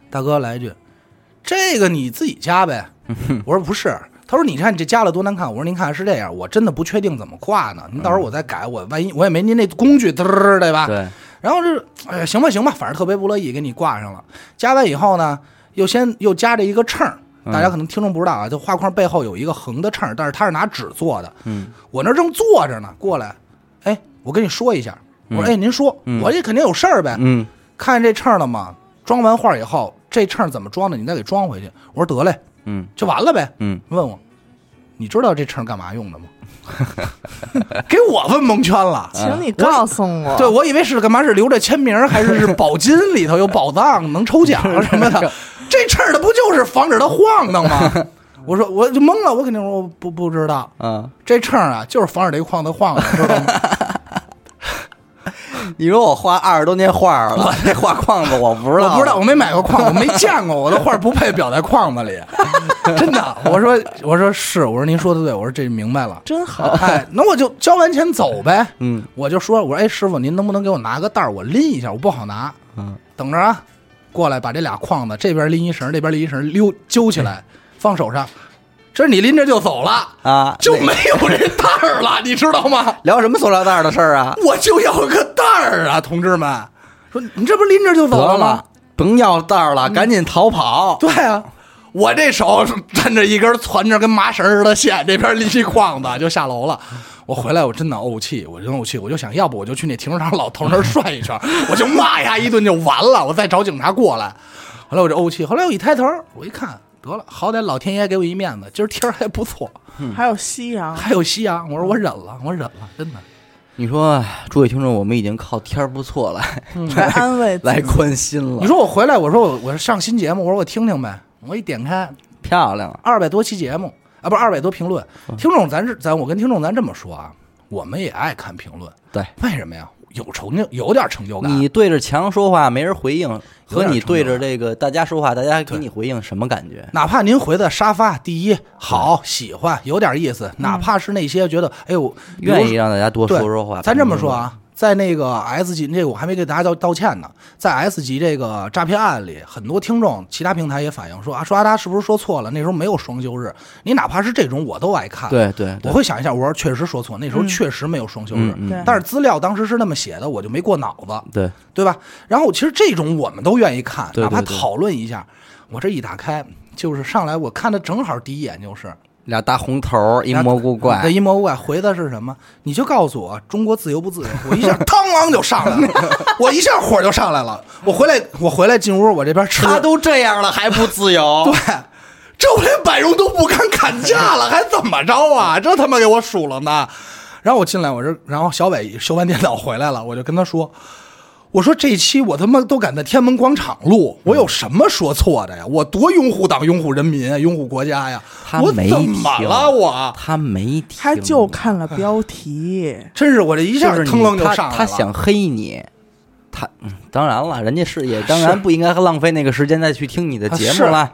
Speaker 2: 大哥来一句：“这个你自己加呗。”
Speaker 1: 嗯
Speaker 2: 我说：“不是。”他说：“你看你这加了多难看。”我说：“您看是这样，我真的不确定怎么挂呢。您到时候我再改，我万一我也没您那工具，嘚儿对吧？”
Speaker 1: 对，
Speaker 2: 然后就是，哎呀，行吧行吧，反正特别不乐意，给你挂上了。加完以后呢，又先又加着一个秤儿。
Speaker 1: 嗯
Speaker 2: 大家可能听众不知道啊，就画框背后有一个横的秤儿，但是它是拿纸做的。
Speaker 1: 嗯，
Speaker 2: 我那儿正坐着呢，过来，哎，我跟你说一下。我说，
Speaker 1: 嗯
Speaker 2: 哎，您说，
Speaker 1: 嗯
Speaker 2: 我这肯定有事儿呗。
Speaker 1: 嗯
Speaker 2: 看见这秤了吗？装完画以后，这秤怎么装的？你再给装回去。我说得嘞，
Speaker 1: 嗯
Speaker 2: 就完了呗。
Speaker 1: 嗯，
Speaker 2: 问我，你知道这秤干嘛用的吗？ 给我问蒙圈了。
Speaker 1: 啊
Speaker 3: 请你告诉我，
Speaker 2: 哎对，我以为是干嘛是留着签名，还是是宝金里头有宝藏能抽 奖什么的。这秤它不就是防止它晃荡吗？ 我说我就懵了，我肯定说我不不知道。
Speaker 1: 啊！
Speaker 2: 这秤啊，就是防止这晃的晃荡，知道吗？
Speaker 1: 你说我画二十多年画 了，这画框子我不知道，
Speaker 2: 我不知道，我没买过框，我没见过，我的画不配裱在框 子里，真的。我说，我说是，我说您说的对，我说这明白了。
Speaker 3: 真好。
Speaker 2: 哎，那我就交完钱走呗。
Speaker 1: 嗯
Speaker 2: 我就说，我说，哎，师傅，您能不能给我拿个袋儿，我拎一下，我不好拿。
Speaker 1: 嗯，
Speaker 2: 等着啊，过来把这俩框子，这边拎一绳，这边拎一绳，溜揪起来，放手上。这你拎着就走了，
Speaker 1: 嗯啊，
Speaker 2: 就
Speaker 1: 那
Speaker 2: 没有这袋儿了，你知道吗？
Speaker 1: 聊什么塑料袋儿的事儿啊？
Speaker 2: 我就要个袋儿啊，同志们。说你这不拎着就走了吗？，
Speaker 1: 甭要袋儿了，赶紧逃跑。
Speaker 2: 对啊，我这手抻着一根攒着跟麻绳似的线，这边拎一筐子就下楼了。我回来，我真的怄气，我真怄气，我就想要不我就去那停车场老头那儿 涮一圈，我就骂呀一顿就完了，我再找警察过来。后来我就怄气，后来我一抬头，我一看，得了，好歹老天爷给我一面子，今儿天儿还不错，
Speaker 3: 还有夕阳，
Speaker 2: 还有夕阳。我说我忍了，我忍了，真的。
Speaker 1: 你说，哎诸位听众，我们已经靠天儿不错嗯来
Speaker 3: 来安慰自己
Speaker 1: 来关心了，
Speaker 2: 你说我回来，我说我我上新节目，我说我听听呗。我一点开，
Speaker 1: 漂亮啊？
Speaker 2: 二百多期节目啊，不是二百多评论。
Speaker 1: 嗯
Speaker 2: 听众，咱是咱我跟听众咱这么说啊，我们也爱看评论，
Speaker 1: 对，
Speaker 2: 为什么呀？有成就，有点成就感。
Speaker 1: 你对着墙说话没人回应，和你对着
Speaker 2: 有点冲突
Speaker 1: 这个大家说话，大家给你回应什么感觉？
Speaker 2: 哪怕您回的沙发第一好喜欢，有点意思，哪怕是那些觉得哎呦比如
Speaker 1: 嗯愿意让大家多
Speaker 2: 对
Speaker 1: 说说话。
Speaker 2: 咱这么说啊，在那个 S 级，这个我还没给大家道道歉呢。在 S 级这个诈骗案里，很多听众其他平台也反映说啊，说阿达是不是说错了？那时候没有双休日，你哪怕是这种我都爱看。
Speaker 1: 对，对对
Speaker 2: 我，会想一下，我说确实说错，那时候
Speaker 3: 嗯
Speaker 2: 确实没有双休日，
Speaker 1: 嗯
Speaker 3: 对
Speaker 2: 但是资料当时是那么写的，我就没过脑子，
Speaker 1: 对，
Speaker 2: 对吧？然后其实这种我们都愿意看，
Speaker 1: 对对
Speaker 2: 哪怕
Speaker 1: 对
Speaker 2: 讨论一下。我这一打开，就是上来我看的正好第一眼就是
Speaker 1: 俩大红头儿，一
Speaker 2: 俩
Speaker 1: 蘑菇
Speaker 2: 对
Speaker 1: 怪，
Speaker 2: 一蘑菇怪回的是什么？你就告诉我中国自由不自由？我一下 当啷就上来了，我一下火就上来了。我回来，我回来进屋，我这边吃
Speaker 1: 他都这样了还不自由
Speaker 2: 对，这我连百荣都不敢砍价了，还怎么着啊？这他妈给我数了呢。然后我进来，我这，然后小伟修完电脑回来了，我就跟他说：“我说这期我他妈都敢在天安门广场录，我
Speaker 1: 嗯
Speaker 2: 有什么说错的呀？我多拥护党、拥护人民、啊，拥护国家呀！
Speaker 1: 他
Speaker 2: 我
Speaker 1: 没
Speaker 2: 怎么
Speaker 1: 听
Speaker 2: 了？我
Speaker 1: 他没听，
Speaker 3: 他就看
Speaker 2: 哎
Speaker 3: 了标题，
Speaker 2: 真是我这一
Speaker 1: 就
Speaker 2: 下
Speaker 1: 是你
Speaker 2: 腾楞就
Speaker 1: 他
Speaker 2: 上来了。
Speaker 1: 他想黑你，他嗯当然了，人家是也当然不应该浪费那个时间再去听你的
Speaker 2: 啊
Speaker 1: 节目了，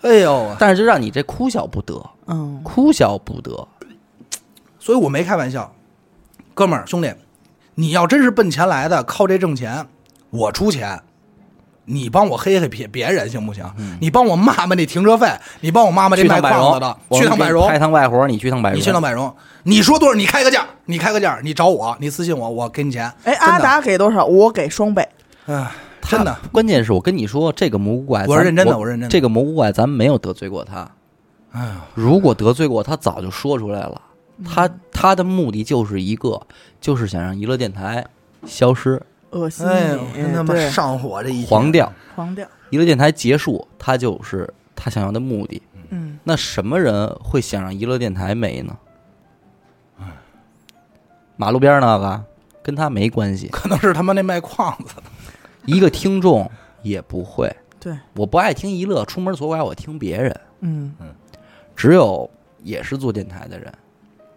Speaker 2: 哎呦，
Speaker 1: 但是就让你这哭笑不得，
Speaker 3: 嗯，
Speaker 1: 哭笑不得。
Speaker 2: 所以我没开玩笑，哥们儿兄弟，你要真是奔钱来的，靠这挣钱，我出钱，你帮我黑黑别别人行不行？你帮我骂骂那停车费，你帮我骂骂这
Speaker 1: 去
Speaker 2: 卖
Speaker 1: 趟百
Speaker 2: 矿子
Speaker 1: 荣
Speaker 2: 的，，
Speaker 1: 我
Speaker 2: 去
Speaker 1: 们
Speaker 2: 趟
Speaker 1: 给
Speaker 2: 百
Speaker 1: 你
Speaker 2: 荣，
Speaker 1: 开趟外活，你去趟百荣，
Speaker 2: 你去趟百荣，你说多少？你开个价，你开个价，你找我，你私信我，我给你钱。真
Speaker 3: 哎，
Speaker 2: 的
Speaker 3: 阿，达给多少？我给双倍。
Speaker 2: 哎，真的，
Speaker 1: 关键是我跟你说，这个蘑菇怪，
Speaker 2: 我
Speaker 1: 咱
Speaker 2: 是认真的
Speaker 1: 我
Speaker 2: 我是认真的
Speaker 1: 这个蘑菇怪，咱没有得罪过他。
Speaker 2: 哎嗯呀，
Speaker 1: 如果得罪过他，早就说出来了。他他的目的就是一个，就是想让娱乐电台消失、
Speaker 3: 恶心
Speaker 2: 哎呦，
Speaker 3: 你！
Speaker 2: 真他妈
Speaker 3: 对，
Speaker 2: 上火这一天
Speaker 1: 黄掉，
Speaker 3: 黄掉。
Speaker 1: 娱乐电台结束，他就是他想要的目的。
Speaker 3: 嗯，
Speaker 1: 那什么人会想让娱乐电台没呢？马路边儿那个跟他没关系，
Speaker 2: 可能是他妈那卖矿子的。
Speaker 1: 一个听众也不会。
Speaker 3: 对，
Speaker 1: 我不爱听娱乐，出门左拐我听别人。
Speaker 3: 嗯，
Speaker 1: 只有也是做电台的人，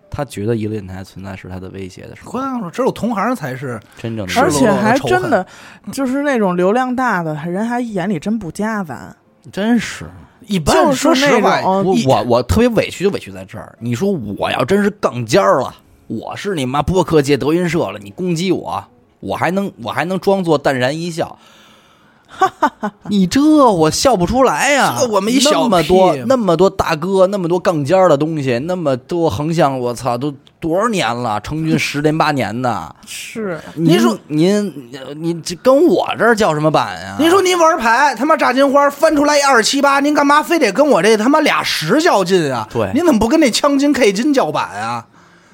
Speaker 1: 他觉得娱乐电台存在是他的威胁的时候
Speaker 2: 关，键说，只有同行才是
Speaker 1: 真正的
Speaker 2: 赤
Speaker 3: 而
Speaker 2: 裸裸
Speaker 3: 且
Speaker 2: 的
Speaker 3: 还
Speaker 2: 仇
Speaker 3: 真
Speaker 2: 恨
Speaker 3: 的就是那种流量大的人，还眼里真不加咱。
Speaker 1: 真是
Speaker 2: 一
Speaker 3: 就
Speaker 2: 般。
Speaker 3: 是
Speaker 2: 说实
Speaker 3: 那种
Speaker 2: 话，
Speaker 1: 我
Speaker 2: 哦一
Speaker 1: 我我特别委屈，就委屈在这儿。你说我要真是杠尖儿了，我是你妈播客界德云社了，你攻击我，我还能我还能装作淡然一笑。你这我笑不出来呀、
Speaker 2: 这我们一小
Speaker 1: 那么
Speaker 2: 屁
Speaker 1: 多那么多大哥，那么多杠尖儿的东西，那么多横向，我操，都多少年了，成军十年八年的。
Speaker 3: 是，
Speaker 1: 您
Speaker 2: 您说
Speaker 1: 您呃你这跟我这儿叫什么版呀、
Speaker 2: 您说您玩牌，他妈炸金花翻出来一二七八，您干嘛非得跟我这他妈俩十较劲啊？
Speaker 1: 对
Speaker 2: 您怎么不跟那枪金 K 金叫板啊？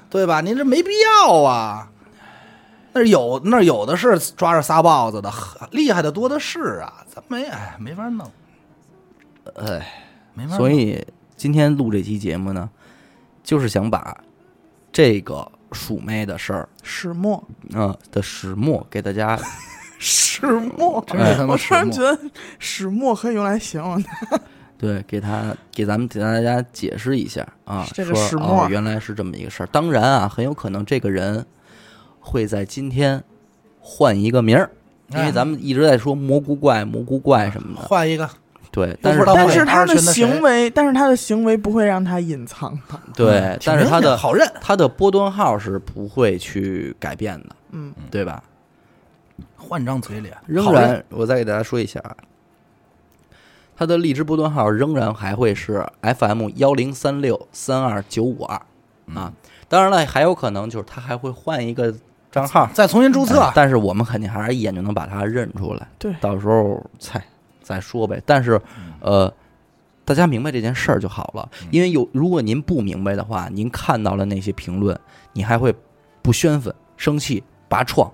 Speaker 2: 对吧？您这没必要啊。那有那有的是抓着仨豹子的，厉害的多的是啊，咱没哎没法弄，
Speaker 1: 哎，
Speaker 2: 没法弄。
Speaker 1: 所以今天录这期节目呢，就是想把这个鼠妹的事儿，
Speaker 3: 始末，
Speaker 1: 嗯、的始末给大家，
Speaker 3: 始末，
Speaker 2: 真是他妈
Speaker 3: 我
Speaker 2: 哎始
Speaker 3: 突然
Speaker 2: 末
Speaker 3: 觉得始末可以用来形容它。
Speaker 1: 对，给他给咱们给大家解释一下啊，
Speaker 3: 这个
Speaker 1: 说
Speaker 3: 始末
Speaker 1: 哦，原来是这么一个事儿。当然啊，很有可能这个人会在今天换一个名儿，因为
Speaker 2: 哎
Speaker 1: 咱们一直在说蘑菇怪、蘑菇怪什么的，
Speaker 2: 换一个，
Speaker 1: 对，但是
Speaker 2: 哦不知道
Speaker 3: 但
Speaker 2: 会
Speaker 3: 是他
Speaker 2: 二
Speaker 3: 的
Speaker 2: 群的谁
Speaker 3: 行为，但是他的行为不会让他隐藏啊它。
Speaker 1: 对，但是他
Speaker 2: 嗯挺明
Speaker 1: 的
Speaker 2: 显好认，
Speaker 1: 它的波段号是不会去改变的，
Speaker 3: 嗯，
Speaker 1: 对吧？
Speaker 2: 换张嘴脸，
Speaker 1: 仍
Speaker 2: 好认
Speaker 1: 然，我再给大家说一下啊，它的荔枝波段号仍然还会是 FM 幺零三六三二九五二
Speaker 2: 嗯
Speaker 1: 啊。当然了，还有可能就是它还会换一个账号
Speaker 2: 再重新注册
Speaker 1: 哎。但是我们肯定还是一眼就能把它认出来，
Speaker 3: 对，
Speaker 1: 到时候再再说呗。但是，
Speaker 2: 嗯
Speaker 1: 呃。大家明白这件事儿就好了，因为有如果您不明白的话，您看到了那些评论，你还会不宣愤、生气、拔创，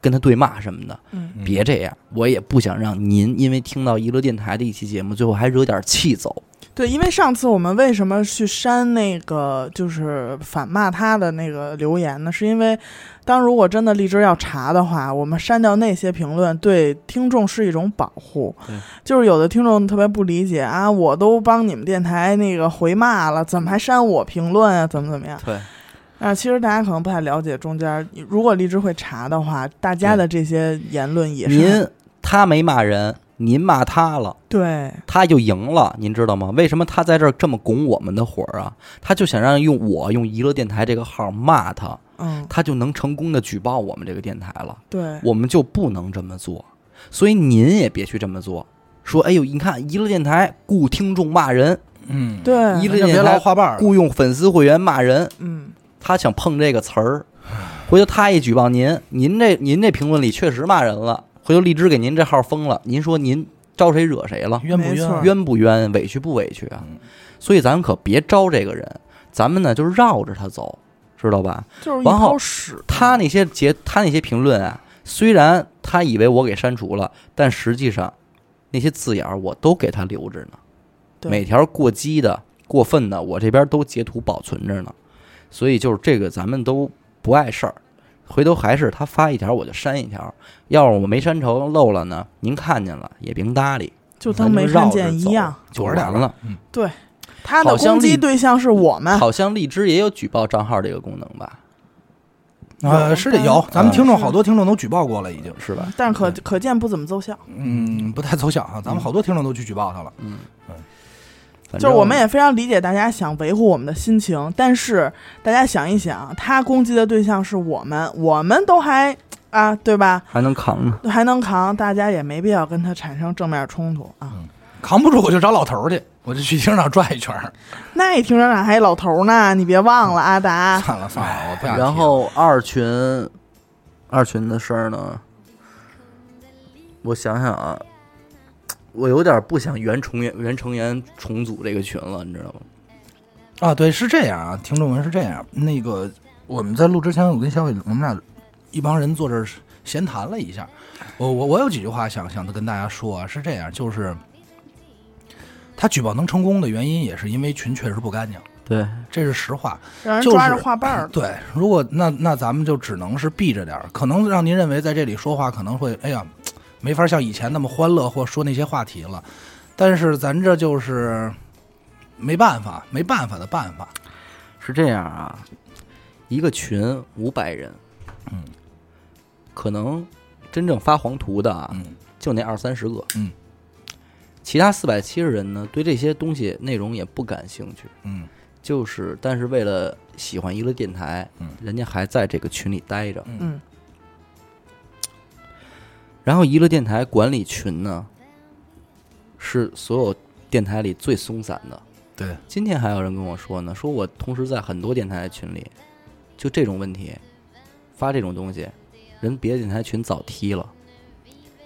Speaker 1: 跟他对骂什么的。
Speaker 3: 嗯
Speaker 2: 嗯
Speaker 1: 别这样，我也不想让您因为听到娱乐电台的一期节目，最后还惹点气走。
Speaker 3: 对，因为上次我们为什么去删那个就是反骂他的那个留言呢？是因为当如果真的荔枝要查的话，我们删掉那些评论，对听众是一种保护
Speaker 1: 对。
Speaker 3: 就是有的听众特别不理解啊，我都帮你们电台那个回骂了，怎么还删我评论啊？怎么怎么样？
Speaker 1: 对，
Speaker 3: 啊，其实大家可能不太了解中间，如果荔枝会查的话，大家的这些言论也是啊
Speaker 1: 您他没骂人，您骂他了，
Speaker 3: 对
Speaker 1: 他就赢了，您知道吗？为什么他在这儿这么拱我们的火儿啊？他就想让用我用娱乐电台这个号骂他，
Speaker 3: 嗯
Speaker 1: 他就能成功的举报我们这个电台了。
Speaker 3: 对
Speaker 1: 我们就不能这么做，所以您也别去这么做。说，哎呦，你看娱乐电台雇听众骂人，
Speaker 2: 嗯，
Speaker 3: 对
Speaker 1: 一
Speaker 2: 那就别捞花瓣儿了。
Speaker 1: 雇佣粉丝会员骂人，
Speaker 3: 嗯
Speaker 1: 他想碰这个词儿，回头他一举报您，您这您这评论里确实骂人了，回头荔枝给您这号封了，您说您招谁惹谁了？
Speaker 2: 冤不
Speaker 3: 没
Speaker 2: 冤
Speaker 3: 错
Speaker 2: 啊？
Speaker 1: 冤不冤？委屈不委屈啊？所以咱们可别招这个人，咱们呢就是绕着他走，知道吧？
Speaker 3: 就是一
Speaker 1: 然后
Speaker 3: 泡屎，
Speaker 1: 他那些截他那些评论啊，虽然他以为我给删除了，但实际上那些字眼儿我都给他留着呢，
Speaker 3: 对
Speaker 1: 每条过激的、过分的，我这边都截图保存着呢。所以就是这个，咱们都不碍事儿。回头还是他发一条我就删一条，要是我没删成漏了呢，您看见了也别搭理，
Speaker 3: 就
Speaker 1: 咱
Speaker 3: 当没
Speaker 1: 绕
Speaker 3: 看
Speaker 1: 着
Speaker 3: 见一
Speaker 1: 走
Speaker 3: 样。
Speaker 1: 就
Speaker 2: 躲
Speaker 1: 完
Speaker 2: 着点
Speaker 1: 了。
Speaker 2: 嗯
Speaker 3: 对，他的
Speaker 1: 好像
Speaker 3: 攻击
Speaker 1: 荔
Speaker 3: 对象是我们。
Speaker 1: 好像荔枝也有举报账号这个功能吧？
Speaker 2: 呃，是得
Speaker 1: 嗯
Speaker 2: 有，咱们听
Speaker 1: 呃
Speaker 2: 众好多听众都举报过了，已经。
Speaker 1: 是吧？
Speaker 3: 但可可见不怎么奏效，
Speaker 2: 嗯，不太奏效啊，咱们好多听众都去举报他了。
Speaker 1: 反
Speaker 3: 就
Speaker 1: 正
Speaker 3: 是我们也非常理解大家想维护我们的心情，但是大家想一想，他攻击的对象是我们，我们都还啊，对吧？
Speaker 1: 还能扛呢。
Speaker 3: 还能扛，大家也没必要跟他产生正面冲突啊。
Speaker 1: 嗯
Speaker 2: 扛不住我就找老头儿去，我就去停车场转一圈儿。
Speaker 3: 那一停车场还一老头呢，你别忘了，阿
Speaker 1: 嗯
Speaker 3: 达。
Speaker 2: 算了算了，我不想提了。
Speaker 1: 啊然后二群，二群的事儿呢，我想想啊，我有点不想原重原原成员重组这个群了，你知道吗？
Speaker 2: 啊，对，是这样啊，听众们是这样。那个我们在录之前，我跟小伟，我们俩一帮人坐这儿闲谈了一下。我我我有几句话想想跟大家说啊，是这样，就是他举报能成功的原因，也是因为群确实不干净，
Speaker 1: 对，
Speaker 2: 这是实话。
Speaker 3: 让人
Speaker 2: 就是
Speaker 3: 抓着画瓣儿，
Speaker 2: 对，如果那那咱们就只能是避着点儿，可能让您认为在这里说话可能会，哎呀，没法像以前那么欢乐或说那些话题了。但是咱这就是没办法，没办法的办法。
Speaker 1: 是这样啊，一个群五百人，
Speaker 2: 嗯，
Speaker 1: 可能真正发黄图的啊，
Speaker 2: 嗯
Speaker 1: 就那二三十个，
Speaker 2: 嗯，
Speaker 1: 其他四百七十人呢，对这些东西内容也不感兴趣，
Speaker 2: 嗯
Speaker 1: 就是但是为了喜欢娱乐电台，
Speaker 2: 嗯
Speaker 1: 人家还在这个群里待着，
Speaker 2: 嗯
Speaker 3: 嗯，
Speaker 1: 然后娱乐电台管理群呢，是所有电台里最松散的。
Speaker 2: 对，
Speaker 1: 今天还有人跟我说呢，说我同时在很多电台群里，就这种问题，发这种东西，人别的电台群早踢了。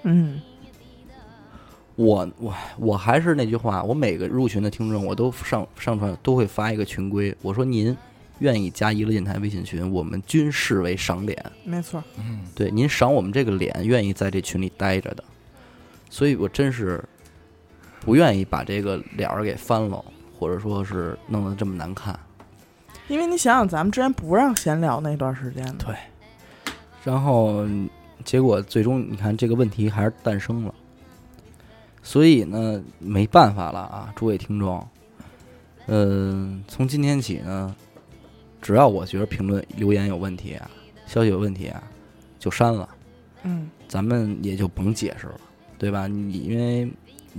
Speaker 3: 嗯，
Speaker 1: 我我我还是那句话，我每个入群的听众，我都上上传都会发一个群规，我说您愿意加娱乐电台微信群，我们均视为赏脸。
Speaker 3: 没错，
Speaker 2: 嗯，
Speaker 1: 对，您赏我们这个脸，愿意在这群里待着的，所以我真是不愿意把这个脸儿给翻了，或者说是弄得这么难看。
Speaker 3: 因为你想想，咱们之前不让闲聊那段时间的，
Speaker 1: 然后嗯结果最终你看这个问题还是诞生了，所以呢没办法了啊，诸位听众，嗯、从今天起呢，只要我觉得评论留言有问题啊，消息有问题啊，就删了。
Speaker 3: 嗯，
Speaker 1: 咱们也就甭解释了，对吧？你因为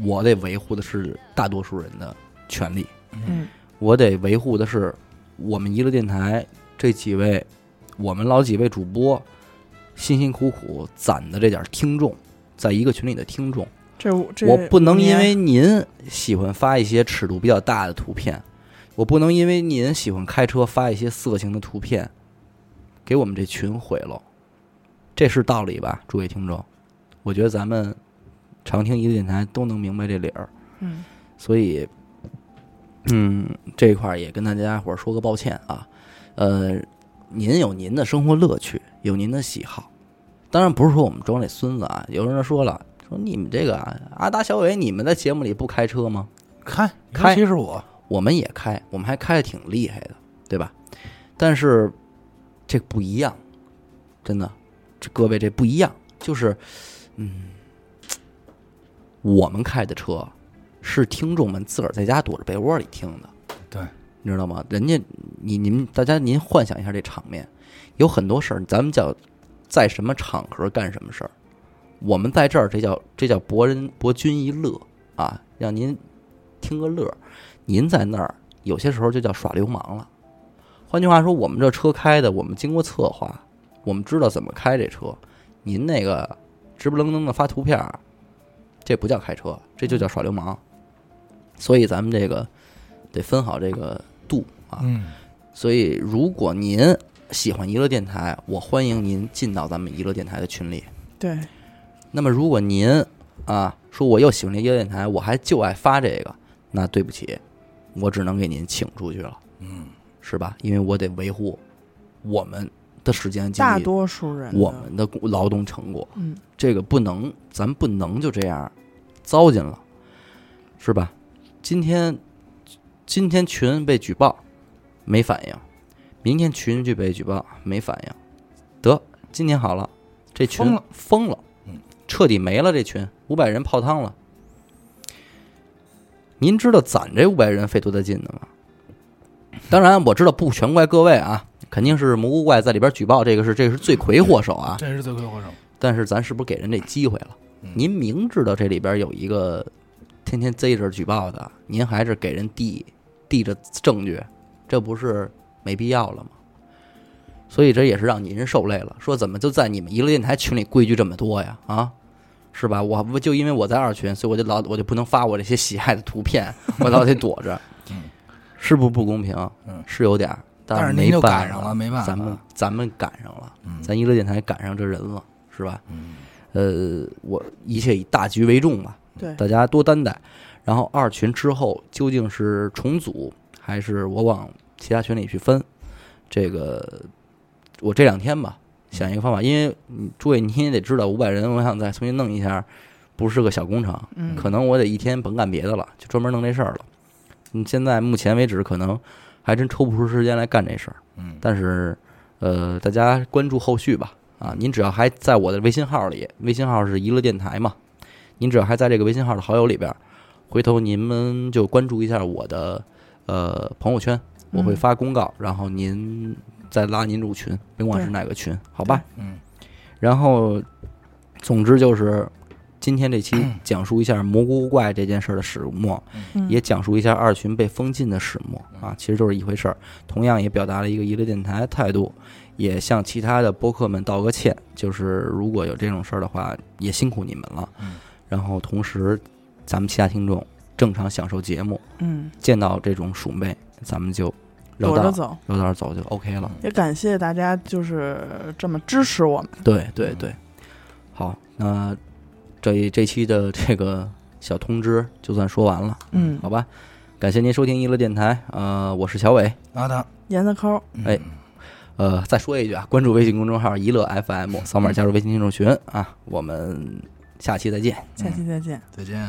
Speaker 1: 我得维护的是大多数人的权利，
Speaker 3: 嗯，
Speaker 1: 我得维护的是我们娱乐电台这几位，我们老几位主播辛辛苦苦攒的这点听众，在一个群里的听众，
Speaker 3: 这这
Speaker 1: 我不能
Speaker 3: 五
Speaker 1: 因
Speaker 3: 年
Speaker 1: 为您喜欢发一些尺度比较大的图片，我不能因为您喜欢开车发一些色情的图片，给我们这群毁了，这是道理吧，诸位听众？我觉得咱们常听一个电台都能明白这理儿，
Speaker 3: 嗯
Speaker 1: 所以，嗯，这一块儿也跟大家伙儿说个抱歉啊。呃，您有您的生活乐趣，有您的喜好，当然不是说我们装这孙子啊。有人说了，说你们这个啊阿达、小伟，你们在节目里不开车吗？
Speaker 2: 开，
Speaker 1: 开
Speaker 2: 尤其是我，
Speaker 1: 我们也开，我们还开的挺厉害的，对吧？但是这不一样，真的，这各位这不一样，就是，嗯，我们开的车是听众们自个儿在家躲着被窝里听的，
Speaker 2: 对，
Speaker 1: 你知道吗？人家你你们大家您幻想一下这场面，有很多事儿，咱们叫在什么场合干什么事儿，我们在这儿这叫这叫博人博君一乐啊，让您听个乐儿。您在那儿有些时候就叫耍流氓了。换句话说，我们这车开的，我们经过策划，我们知道怎么开这车。您那个直不愣登的发图片儿，这不叫开车，这就叫耍流氓。所以咱们这个得分好这个度啊。
Speaker 2: 嗯，
Speaker 1: 所以，如果您喜欢娱乐电台，我欢迎您进到咱们娱乐电台的群里。
Speaker 3: 对，
Speaker 1: 那么，如果您啊说我又喜欢这娱乐电台，我还就爱发这个，那对不起，我只能给您请出去了，
Speaker 2: 嗯，
Speaker 1: 是吧？因为我得维护我们的时间精
Speaker 3: 大
Speaker 1: 力，
Speaker 3: 多数人的
Speaker 1: 我们的工劳动成果，
Speaker 3: 嗯
Speaker 1: 这个不能，咱不能就这样糟践了，是吧？今天今天群被举报没反应，明天群就被举报没反应，得今天好了，这群
Speaker 2: 疯了
Speaker 1: 疯了
Speaker 2: 嗯
Speaker 1: 彻底没了，这群五百人泡汤了。您知道攒这五百人费多大劲呢吗？当然，我知道不全怪各位啊，肯定是蘑菇怪在里边举报，这个是这个是罪魁祸首啊。
Speaker 2: 这是罪魁祸首。
Speaker 1: 但是咱是不是给人这机会了
Speaker 2: 嗯？
Speaker 1: 您明知道这里边有一个天天贼着举报的，您还是给人递递着证据，这不是没必要了吗？所以这也是让您受累了。说怎么就在你们一个电台群里规矩这么多呀？啊，是吧？我不就因为我在二群，所以我就老我就不能发我这些喜爱的图片，我老得躲 着，是不是不公平？
Speaker 2: 嗯
Speaker 1: 是有点儿，
Speaker 2: 但是
Speaker 1: 没
Speaker 2: 您就
Speaker 1: 办
Speaker 2: 赶上了，没办法。
Speaker 1: 咱们咱们赶上了，
Speaker 2: 嗯
Speaker 1: 咱一乐电台赶上这人了，是吧？
Speaker 2: 嗯
Speaker 1: 呃，我一切以大局为重吧，
Speaker 3: 对，
Speaker 1: 大家多担待。然后二群之后究竟是重组还是我往其他群里去分？这个我这两天吧，想一个方法，因为你诸位你也得知道，五百人，我想再重新弄一下，不是个小工程，
Speaker 3: 嗯，
Speaker 1: 可能我得一天甭干别的了，就专门弄这事儿了。嗯，现在目前为止，可能还真抽不出时间来干这事儿。
Speaker 2: 嗯，
Speaker 1: 但是呃，大家关注后续吧。啊，您只要还在我的微信号里，微信号是娱乐电台嘛，您只要还在这个微信号的好友里边儿，回头您们就关注一下我的呃朋友圈，我会
Speaker 3: 嗯
Speaker 1: 发公告，然后您再拉您入群，甭管是
Speaker 3: 对
Speaker 1: 哪个群，好吧？
Speaker 2: 嗯
Speaker 1: 然后，总之就是今天这期讲述一下蘑菇怪这件事儿的始末，
Speaker 3: 嗯
Speaker 1: 也讲述一下二群被封禁的始末啊，其实就是一回事儿。同样也表达了一个娱乐电台的态度，也向其他的播客们道个歉，就是如果有这种事儿的话，也辛苦你们了
Speaker 2: 嗯。
Speaker 1: 然后同时，咱们其他听众正常享受节目，
Speaker 3: 嗯，
Speaker 1: 见到这种鼠妹，咱们就绕
Speaker 3: 躲
Speaker 1: 道
Speaker 3: 着走。
Speaker 1: 绕道走就 OK 了。
Speaker 3: 也感谢大家就是这么支持我们，
Speaker 1: 对对对，好，那这这期的 这个小通知就算说完了，
Speaker 3: 嗯，
Speaker 1: 好吧？感谢您收听一乐电台，呃，我是小伟，
Speaker 2: 阿嗯达，
Speaker 3: 严子抠，
Speaker 1: 哎，呃，再说一句啊，关注微信公众号“一乐 FM”，扫码加入微信听众群啊，我们下期再见。
Speaker 3: 下期再见。
Speaker 2: 再见。